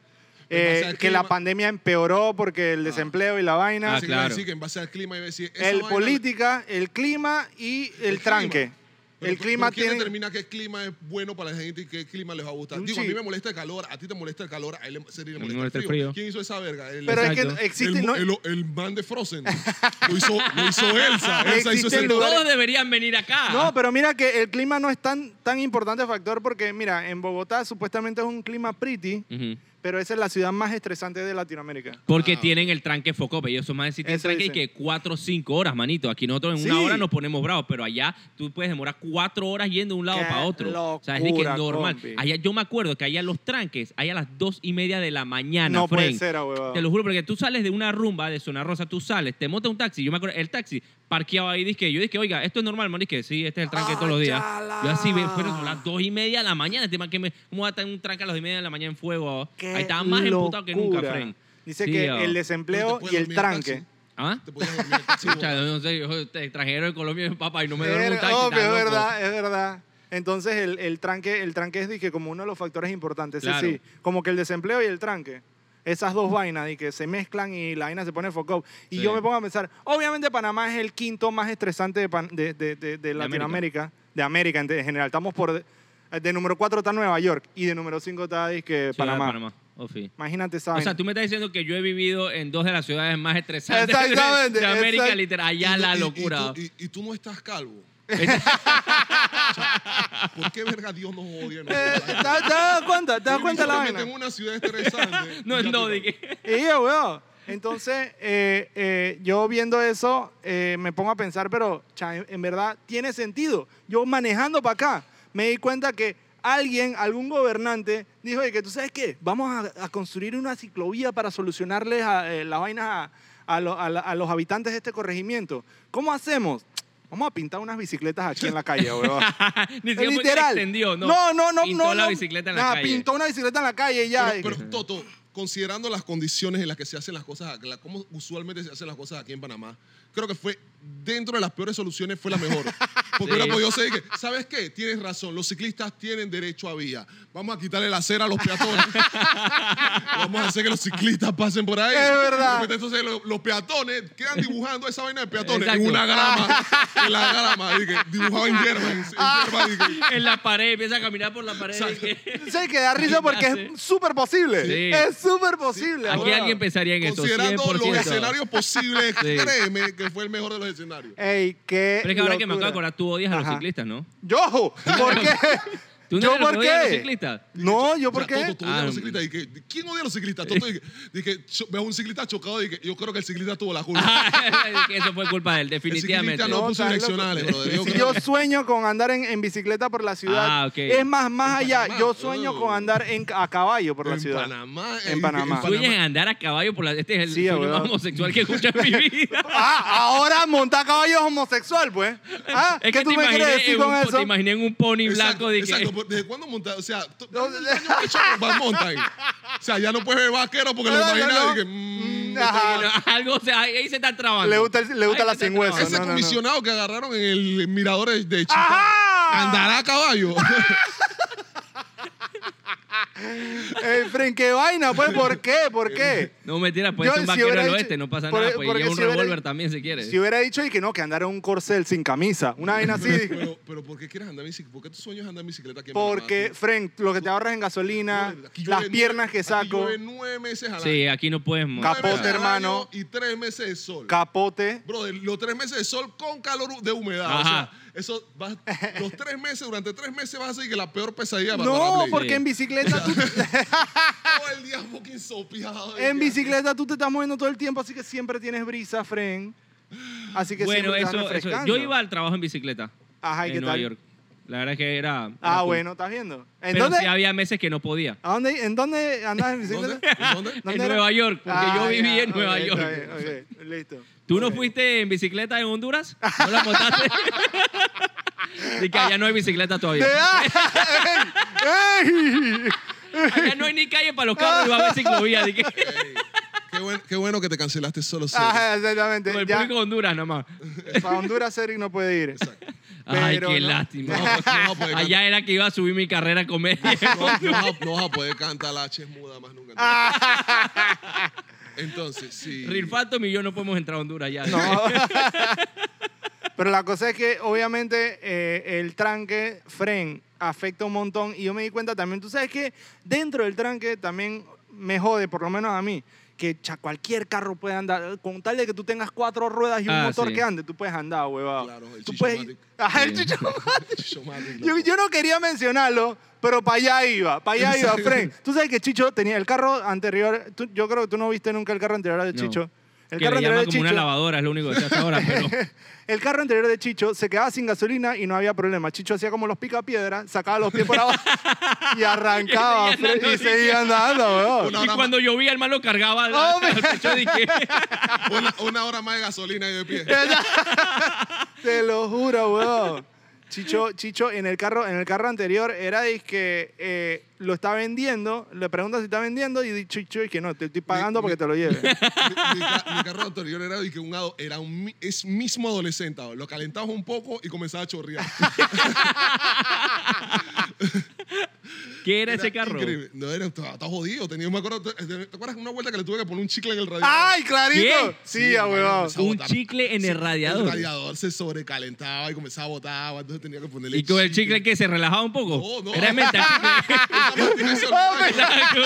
[SPEAKER 1] En base
[SPEAKER 2] eh,
[SPEAKER 1] al
[SPEAKER 2] que la
[SPEAKER 1] clima.
[SPEAKER 2] pandemia empeoró porque el desempleo y la vaina,
[SPEAKER 3] Ah,
[SPEAKER 1] Así que iba a
[SPEAKER 3] claro.
[SPEAKER 1] decir que en base al clima iba a decir... esa
[SPEAKER 2] el
[SPEAKER 1] vaina-
[SPEAKER 2] política, el clima y el,
[SPEAKER 1] El clima.
[SPEAKER 2] tranque.
[SPEAKER 1] Pero,
[SPEAKER 2] el
[SPEAKER 1] ¿pero
[SPEAKER 2] clima
[SPEAKER 1] ¿quién
[SPEAKER 2] tiene...
[SPEAKER 1] determina qué clima es bueno para la gente y qué clima les va a gustar?
[SPEAKER 2] Un
[SPEAKER 1] Digo, a mí
[SPEAKER 2] chi-
[SPEAKER 1] me molesta el calor, a ti te molesta el calor, a él le, Siri le
[SPEAKER 3] A mí
[SPEAKER 1] molesta, el, frío. ¿Quién hizo esa verga? El,
[SPEAKER 2] Pero es
[SPEAKER 3] Exacto.
[SPEAKER 2] que existe...
[SPEAKER 1] el,
[SPEAKER 2] no-
[SPEAKER 1] el- el man de Frozen. lo, hizo, lo hizo Elsa. Elsa hizo ese
[SPEAKER 2] Existen
[SPEAKER 1] lugar.
[SPEAKER 2] lugares-
[SPEAKER 3] Todos deberían venir acá.
[SPEAKER 2] No, pero mira que el clima no es tan, tan importante factor porque, mira, en Bogotá supuestamente es un clima pretty,
[SPEAKER 3] Ujú.
[SPEAKER 2] pero esa es la ciudad más estresante de Latinoamérica.
[SPEAKER 3] Porque
[SPEAKER 1] Ah.
[SPEAKER 3] tienen el tranque foco, ellos son más de si tienen
[SPEAKER 2] Eso
[SPEAKER 3] tranque y
[SPEAKER 2] dicen.
[SPEAKER 3] que cuatro o cinco horas, manito. Aquí nosotros en una
[SPEAKER 2] Sí.
[SPEAKER 3] hora nos ponemos bravos, pero allá tú puedes demorar cuatro horas yendo de un lado
[SPEAKER 2] Qué
[SPEAKER 3] para otro. o sea, es de que
[SPEAKER 2] locura,
[SPEAKER 3] normal.
[SPEAKER 2] compi.
[SPEAKER 3] Allá yo me acuerdo que allá los tranques, allá a las dos y media de la mañana,
[SPEAKER 2] no puede
[SPEAKER 3] Frank.
[SPEAKER 2] ser, ahuevado.
[SPEAKER 3] Te lo juro, porque tú sales de una rumba de Zona Rosa, tú sales, te montas un taxi. Yo me acuerdo, el taxi parqueado ahí, dije, yo dije, oiga, esto es normal, man. Dije, sí, este es el tranque de todos los días.
[SPEAKER 2] ¡Achala!
[SPEAKER 3] Yo así, ve- pero son las dos y media de la mañana. Este man que me, ¿Cómo va a estar en un tranque a las dos y media de la mañana en fuego?
[SPEAKER 2] Qué
[SPEAKER 3] ahí estaba más emputado que nunca,
[SPEAKER 2] locura.
[SPEAKER 3] Frank.
[SPEAKER 2] Dice
[SPEAKER 3] Sí,
[SPEAKER 2] que
[SPEAKER 3] ah.
[SPEAKER 2] el
[SPEAKER 1] No
[SPEAKER 2] desempleo
[SPEAKER 1] te puedes
[SPEAKER 2] y el
[SPEAKER 1] dormir en taxi.
[SPEAKER 2] tranque.
[SPEAKER 3] ¿Ah?
[SPEAKER 1] Te podías dormir en taxi,
[SPEAKER 3] Escucha,
[SPEAKER 1] boludo.
[SPEAKER 3] no sé, yo te- extranjero de Colombia es mi papá y no me duermo
[SPEAKER 2] Ver-
[SPEAKER 3] un taxi.
[SPEAKER 2] obvio,
[SPEAKER 3] estás
[SPEAKER 2] es
[SPEAKER 3] loco.
[SPEAKER 2] verdad, es verdad. Entonces el, el tranque, el tranque es dije, como uno de los factores importantes. Sí,
[SPEAKER 3] Claro.
[SPEAKER 2] sí, como que el desempleo y el tranque. Esas dos vainas y que se mezclan y la vaina se pone foco. Y
[SPEAKER 3] Sí.
[SPEAKER 2] yo me pongo a pensar, obviamente Panamá es el quinto más estresante de, pan- de- de- de- de Latinoamérica, de América en de- en general. Estamos por... De, de número 4 está Nueva York y de número 5 está dizque,
[SPEAKER 3] Ciudad de
[SPEAKER 2] Panamá.
[SPEAKER 3] Panamá. Ofi.
[SPEAKER 2] Imagínate esa
[SPEAKER 3] O
[SPEAKER 2] vaina.
[SPEAKER 3] sea, tú me estás diciendo que yo he vivido en dos de las ciudades más estresantes
[SPEAKER 2] Exactamente,
[SPEAKER 3] de América,
[SPEAKER 2] exact-
[SPEAKER 3] literal.
[SPEAKER 1] Y
[SPEAKER 3] Allá
[SPEAKER 1] tú-
[SPEAKER 3] la
[SPEAKER 1] y- y
[SPEAKER 3] locura.
[SPEAKER 1] tú- Y, y tú no estás calvo. O sea, ¿Por qué verga Dios nos odia? No?
[SPEAKER 2] Eh, ¿Te te has dado cuenta? ¿Te das cuenta la vaina?
[SPEAKER 1] en una ciudad estresante.
[SPEAKER 3] No,
[SPEAKER 1] y ya
[SPEAKER 3] no,
[SPEAKER 1] tú-
[SPEAKER 3] dije.
[SPEAKER 2] Y yo, weón. Entonces, eh, eh, yo viendo eso, eh, me pongo a pensar, pero cha, en- en verdad tiene sentido. Yo manejando para acá, me di cuenta que alguien, algún gobernante, dijo, oye, que tú sabes qué, vamos a, a construir una ciclovía para solucionarles a, eh, las vainas a, a lo- a la- a los habitantes de este corregimiento. ¿Cómo hacemos? Vamos a pintar unas bicicletas aquí en la calle, weón.
[SPEAKER 3] Ni siquiera fue que
[SPEAKER 2] Literal.
[SPEAKER 3] se extendió, no.
[SPEAKER 2] no, no, no.
[SPEAKER 3] Pintó
[SPEAKER 2] no,
[SPEAKER 3] la
[SPEAKER 2] no.
[SPEAKER 3] bicicleta en la
[SPEAKER 2] Nah,
[SPEAKER 3] calle.
[SPEAKER 2] Pintó una bicicleta en la calle y ya.
[SPEAKER 1] Pero, pero, Toto, considerando las condiciones en las que se hacen las cosas, la- cómo usualmente se hacen las cosas aquí en Panamá, creo que fue dentro de las peores soluciones fue la mejor. Porque
[SPEAKER 3] Sí.
[SPEAKER 1] hubiera podido ser que, ¿sabes qué? Tienes razón, los ciclistas tienen derecho a vía. Vamos a quitarle la acera a los peatones. Vamos a hacer que los ciclistas pasen por ahí.
[SPEAKER 2] Es verdad.
[SPEAKER 1] De repente, Entonces lo- los, peatones quedan dibujando esa vaina de peatones
[SPEAKER 3] Exacto.
[SPEAKER 1] en una grama. En la grama, dije, dibujado en hierba. En, en hierba, dije.
[SPEAKER 3] En la pared, empieza a caminar por la pared.
[SPEAKER 1] Exacto.
[SPEAKER 3] y que-
[SPEAKER 2] Sí, que da risa porque es súper posible.
[SPEAKER 3] Sí.
[SPEAKER 2] Es súper posible.
[SPEAKER 3] Aquí
[SPEAKER 2] weón.
[SPEAKER 3] alguien pensaría en esto.
[SPEAKER 1] Considerando los
[SPEAKER 3] 100%.
[SPEAKER 1] escenarios posibles,
[SPEAKER 3] Sí.
[SPEAKER 1] créeme que fue el mejor de los escenarios.
[SPEAKER 2] Ey, qué
[SPEAKER 3] Pero es que ahora que me acabo de
[SPEAKER 2] locura.
[SPEAKER 3] acordar, tú odias a los
[SPEAKER 2] Ajá.
[SPEAKER 3] ciclistas, ¿no?
[SPEAKER 2] Yo, ojo, ¿por qué?
[SPEAKER 3] ¿Tú no
[SPEAKER 2] ¿Yo
[SPEAKER 3] eres el que
[SPEAKER 2] por
[SPEAKER 3] odia a los
[SPEAKER 2] qué?
[SPEAKER 3] ciclistas?
[SPEAKER 2] No, ¿yo
[SPEAKER 1] porque
[SPEAKER 2] por qué?
[SPEAKER 3] Ah,
[SPEAKER 1] los ciclistas. Y que, ¿Quién odia a los ciclistas? Toto dije, dije, cho- veo un ciclista chocado y que yo creo que el ciclista tuvo la culpa.
[SPEAKER 3] Es que Eso fue culpa de él,
[SPEAKER 1] el
[SPEAKER 3] Ah, definitivamente.
[SPEAKER 1] ciclista no
[SPEAKER 2] No,
[SPEAKER 1] puso
[SPEAKER 2] estás
[SPEAKER 1] direccionales,
[SPEAKER 2] loco.
[SPEAKER 1] brother. Yo
[SPEAKER 2] Si
[SPEAKER 1] creo
[SPEAKER 2] yo
[SPEAKER 1] que-
[SPEAKER 2] sueño con andar en, en bicicleta por la ciudad.
[SPEAKER 3] Ah, ok. Uh.
[SPEAKER 2] Es más, más
[SPEAKER 1] En
[SPEAKER 2] allá,
[SPEAKER 1] Panamá,
[SPEAKER 2] yo sueño
[SPEAKER 1] bro.
[SPEAKER 2] con andar en, a caballo por la
[SPEAKER 1] en
[SPEAKER 2] ciudad.
[SPEAKER 1] Panamá.
[SPEAKER 2] En Panamá.
[SPEAKER 3] Sueñas en andar a caballo por la... Este es el
[SPEAKER 2] Sí,
[SPEAKER 3] sueño
[SPEAKER 2] weón.
[SPEAKER 3] más homosexual que he escuchado en mi vida.
[SPEAKER 2] Ah, ahora montar caballo es homosexual, pues. Ah, ¿Qué
[SPEAKER 3] Es que
[SPEAKER 2] tú
[SPEAKER 3] te
[SPEAKER 2] me
[SPEAKER 3] imaginé
[SPEAKER 2] quieres decir
[SPEAKER 3] en un
[SPEAKER 2] con
[SPEAKER 3] po- te
[SPEAKER 2] eso?
[SPEAKER 3] imaginé en un pony blanco
[SPEAKER 1] Exacto,
[SPEAKER 3] de que...
[SPEAKER 1] exacto. pero ¿Desde cuándo monta? O sea, tú-
[SPEAKER 2] No,
[SPEAKER 1] ¿cuántos años has hecho Van Mountain? O sea, ya no puedes ver vaquero porque lo
[SPEAKER 2] No, no,
[SPEAKER 1] imaginas
[SPEAKER 2] no.
[SPEAKER 1] y que, mm,
[SPEAKER 2] Mm, ajá.
[SPEAKER 3] Bueno, algo, o sea, ahí ahí se está trabando.
[SPEAKER 2] Le gusta el- le gusta
[SPEAKER 3] Ahí
[SPEAKER 2] la
[SPEAKER 3] se está
[SPEAKER 2] sin hueso,
[SPEAKER 3] trabando.
[SPEAKER 1] Ese
[SPEAKER 2] no, no, no.
[SPEAKER 1] comisionado que agarraron en el mirador de- de Chile.
[SPEAKER 2] ¡Ajá!
[SPEAKER 1] Andará a caballo.
[SPEAKER 2] Ey, Fren, qué vaina, pues, ¿por qué? ¿Por qué?
[SPEAKER 3] No, mentira, puede
[SPEAKER 2] Yo,
[SPEAKER 3] ser un
[SPEAKER 2] si
[SPEAKER 3] vaquero
[SPEAKER 2] hubiera
[SPEAKER 3] del
[SPEAKER 2] dicho-
[SPEAKER 3] oeste, no pasa
[SPEAKER 2] por- e-
[SPEAKER 3] nada. Pues
[SPEAKER 2] porque
[SPEAKER 3] lleva un
[SPEAKER 2] si hubiera-
[SPEAKER 3] revólver también si quieres.
[SPEAKER 2] Si hubiera dicho y que no, que andara en un corcel sin camisa, una vaina así.
[SPEAKER 1] Pero, pero ¿por qué quieres andar en bicicleta? ¿Por qué tus sueños andar en bicicleta aquí en Panamá?
[SPEAKER 2] Porque,
[SPEAKER 1] Tú-
[SPEAKER 2] Fren, lo que te ahorras en gasolina,
[SPEAKER 1] Aquí llueve
[SPEAKER 2] las
[SPEAKER 1] nueve-
[SPEAKER 2] piernas que
[SPEAKER 1] aquí
[SPEAKER 2] saco,
[SPEAKER 1] llueve nueve meses al año.
[SPEAKER 3] Sí, aquí no puedes mo- Ah,
[SPEAKER 1] Nueve
[SPEAKER 2] Capote,
[SPEAKER 1] meses al año
[SPEAKER 2] hermano.
[SPEAKER 1] Y tres meses de sol.
[SPEAKER 2] capote.
[SPEAKER 1] Brother, los tres meses de sol con calor de humedad.
[SPEAKER 3] Ajá.
[SPEAKER 1] O sea, eso vas- los tres meses, durante tres meses vas a decir que la peor pesadilla para
[SPEAKER 2] No,
[SPEAKER 1] Play.
[SPEAKER 2] porque en bicicleta, tú,
[SPEAKER 1] Todo el día fucking sopeado.
[SPEAKER 2] en bicicleta tú te estás moviendo todo el tiempo, así que siempre tienes brisa, Fren. Así que
[SPEAKER 3] Bueno,
[SPEAKER 2] siempre te estás
[SPEAKER 3] eso, eso.
[SPEAKER 2] refrescando.
[SPEAKER 3] Yo iba al trabajo en bicicleta.
[SPEAKER 2] Ajá, ¿y
[SPEAKER 3] en
[SPEAKER 2] qué
[SPEAKER 3] Nueva
[SPEAKER 2] tal?
[SPEAKER 3] York. La verdad es que era. era
[SPEAKER 2] Ah,
[SPEAKER 3] cool.
[SPEAKER 2] bueno, estás viendo. ¿En
[SPEAKER 3] Pero
[SPEAKER 2] dónde,
[SPEAKER 3] sí había meses que no podía.
[SPEAKER 2] ¿a dónde, ¿En dónde andabas en
[SPEAKER 1] ¿Dónde?
[SPEAKER 2] bicicleta?
[SPEAKER 1] ¿Dónde?
[SPEAKER 2] ¿Dónde
[SPEAKER 3] en
[SPEAKER 2] era?
[SPEAKER 3] Nueva York, porque
[SPEAKER 2] Ah,
[SPEAKER 3] yo viví
[SPEAKER 2] ya,
[SPEAKER 3] en Nueva
[SPEAKER 2] ok,
[SPEAKER 3] York.
[SPEAKER 2] está bien, ok, listo.
[SPEAKER 3] ¿Tú no
[SPEAKER 2] Ok.
[SPEAKER 3] fuiste en bicicleta en Honduras? ¿No la montaste? De que allá no hay bicicleta todavía.
[SPEAKER 2] ¡Eh! ¡Ey!
[SPEAKER 3] Allá no hay ni calle para los carros y va a haber ciclovía. De que,
[SPEAKER 1] Ey, qué, buen- qué bueno que te cancelaste solo. solo.
[SPEAKER 2] Ajá,
[SPEAKER 3] Como
[SPEAKER 2] Ah, exactamente.
[SPEAKER 3] el
[SPEAKER 2] Ya,
[SPEAKER 3] público de Honduras nomás.
[SPEAKER 2] para Honduras, Eric no puede ir.
[SPEAKER 3] Ay,
[SPEAKER 2] Pero
[SPEAKER 3] qué
[SPEAKER 2] no.
[SPEAKER 3] lástima.
[SPEAKER 1] No, no, pues,
[SPEAKER 3] Allá era que iba a subir mi carrera a comer.
[SPEAKER 1] No, no vas a- no vas a poder cantar la H es muda más nunca. Entonces, sí.
[SPEAKER 3] Rilfato y yo no podemos entrar a Honduras ya.
[SPEAKER 2] pues No. Pero la cosa es que obviamente eh, el tranque, fren, afecta un montón. Y yo me di cuenta también, tú sabes que dentro del tranque también me jode, por lo menos a mí, que cha, cualquier carro puede andar. Con tal de que tú tengas cuatro ruedas y un
[SPEAKER 3] Ah,
[SPEAKER 2] motor
[SPEAKER 3] sí.
[SPEAKER 2] que ande, tú puedes andar, huevado.
[SPEAKER 1] Claro, el
[SPEAKER 2] tú puedes...
[SPEAKER 1] chichomatic.
[SPEAKER 2] Ajá, el
[SPEAKER 3] Sí.
[SPEAKER 2] chichomatic.
[SPEAKER 1] Chichomatic,
[SPEAKER 2] Yo,
[SPEAKER 1] loco.
[SPEAKER 2] yo no quería mencionarlo, pero para allá iba, para allá iba,
[SPEAKER 1] Exacto.
[SPEAKER 2] Fren. Tú sabes que Chicho tenía el carro anterior, tú- yo creo que tú no viste nunca el carro anterior de
[SPEAKER 3] No.
[SPEAKER 2] Chicho. El
[SPEAKER 3] que le llama
[SPEAKER 2] de
[SPEAKER 3] como una lavadora, es lo único que sé hasta ahora. Pero
[SPEAKER 2] el carro anterior de Chicho se quedaba sin gasolina y no había problema. Chicho hacía como los picapiedras, sacaba los pies por abajo y arrancaba
[SPEAKER 3] Y seguía
[SPEAKER 2] Fred, y
[SPEAKER 3] andando.
[SPEAKER 2] seguía andando, weón.
[SPEAKER 1] Una
[SPEAKER 3] y
[SPEAKER 1] hora
[SPEAKER 3] cuando llovía, el malo cargaba al- al
[SPEAKER 2] Ah, Hombre.
[SPEAKER 3] pecho de que
[SPEAKER 1] Una, una hora más de gasolina y de pie.
[SPEAKER 2] Te lo juro, weón. Chicho, Chicho en, el carro, en el carro anterior era de que eh, lo está vendiendo, le preguntas si está vendiendo y di- Chicho es que no, te estoy
[SPEAKER 1] Mi-
[SPEAKER 2] pagando porque
[SPEAKER 1] mi-
[SPEAKER 2] te lo lleve.
[SPEAKER 1] mi, mi ca- mi carro anterior era, de que un, ado- era un mi- es mismo adolescente. ¿o? Lo calentabas un poco y comenzaba a chorrear.
[SPEAKER 3] ¿Qué era, ese
[SPEAKER 1] Era
[SPEAKER 3] carro?
[SPEAKER 1] increíble. No, era, estaba estaba jodido. Tenía, me acuerdo, ¿te, te- te acuerdas una vuelta que le tuve que poner un chicle en el radiador?
[SPEAKER 3] Ah,
[SPEAKER 2] ¡Ay, clarito!
[SPEAKER 3] ¿Qué?
[SPEAKER 2] Sí,
[SPEAKER 1] Sí,
[SPEAKER 2] ya,
[SPEAKER 1] hermano,
[SPEAKER 2] weón.
[SPEAKER 1] empezaba a
[SPEAKER 3] Un
[SPEAKER 1] botar-
[SPEAKER 3] chicle en
[SPEAKER 1] Sí,
[SPEAKER 3] el radiador.
[SPEAKER 1] El radiador se sobrecalentaba y comenzaba a botar agua, entonces tenía que ponerle
[SPEAKER 3] Y con el chicle que se relajaba un poco.
[SPEAKER 1] No, no.
[SPEAKER 3] Era menta.
[SPEAKER 1] Esa máquina es horrible.
[SPEAKER 3] Exacto.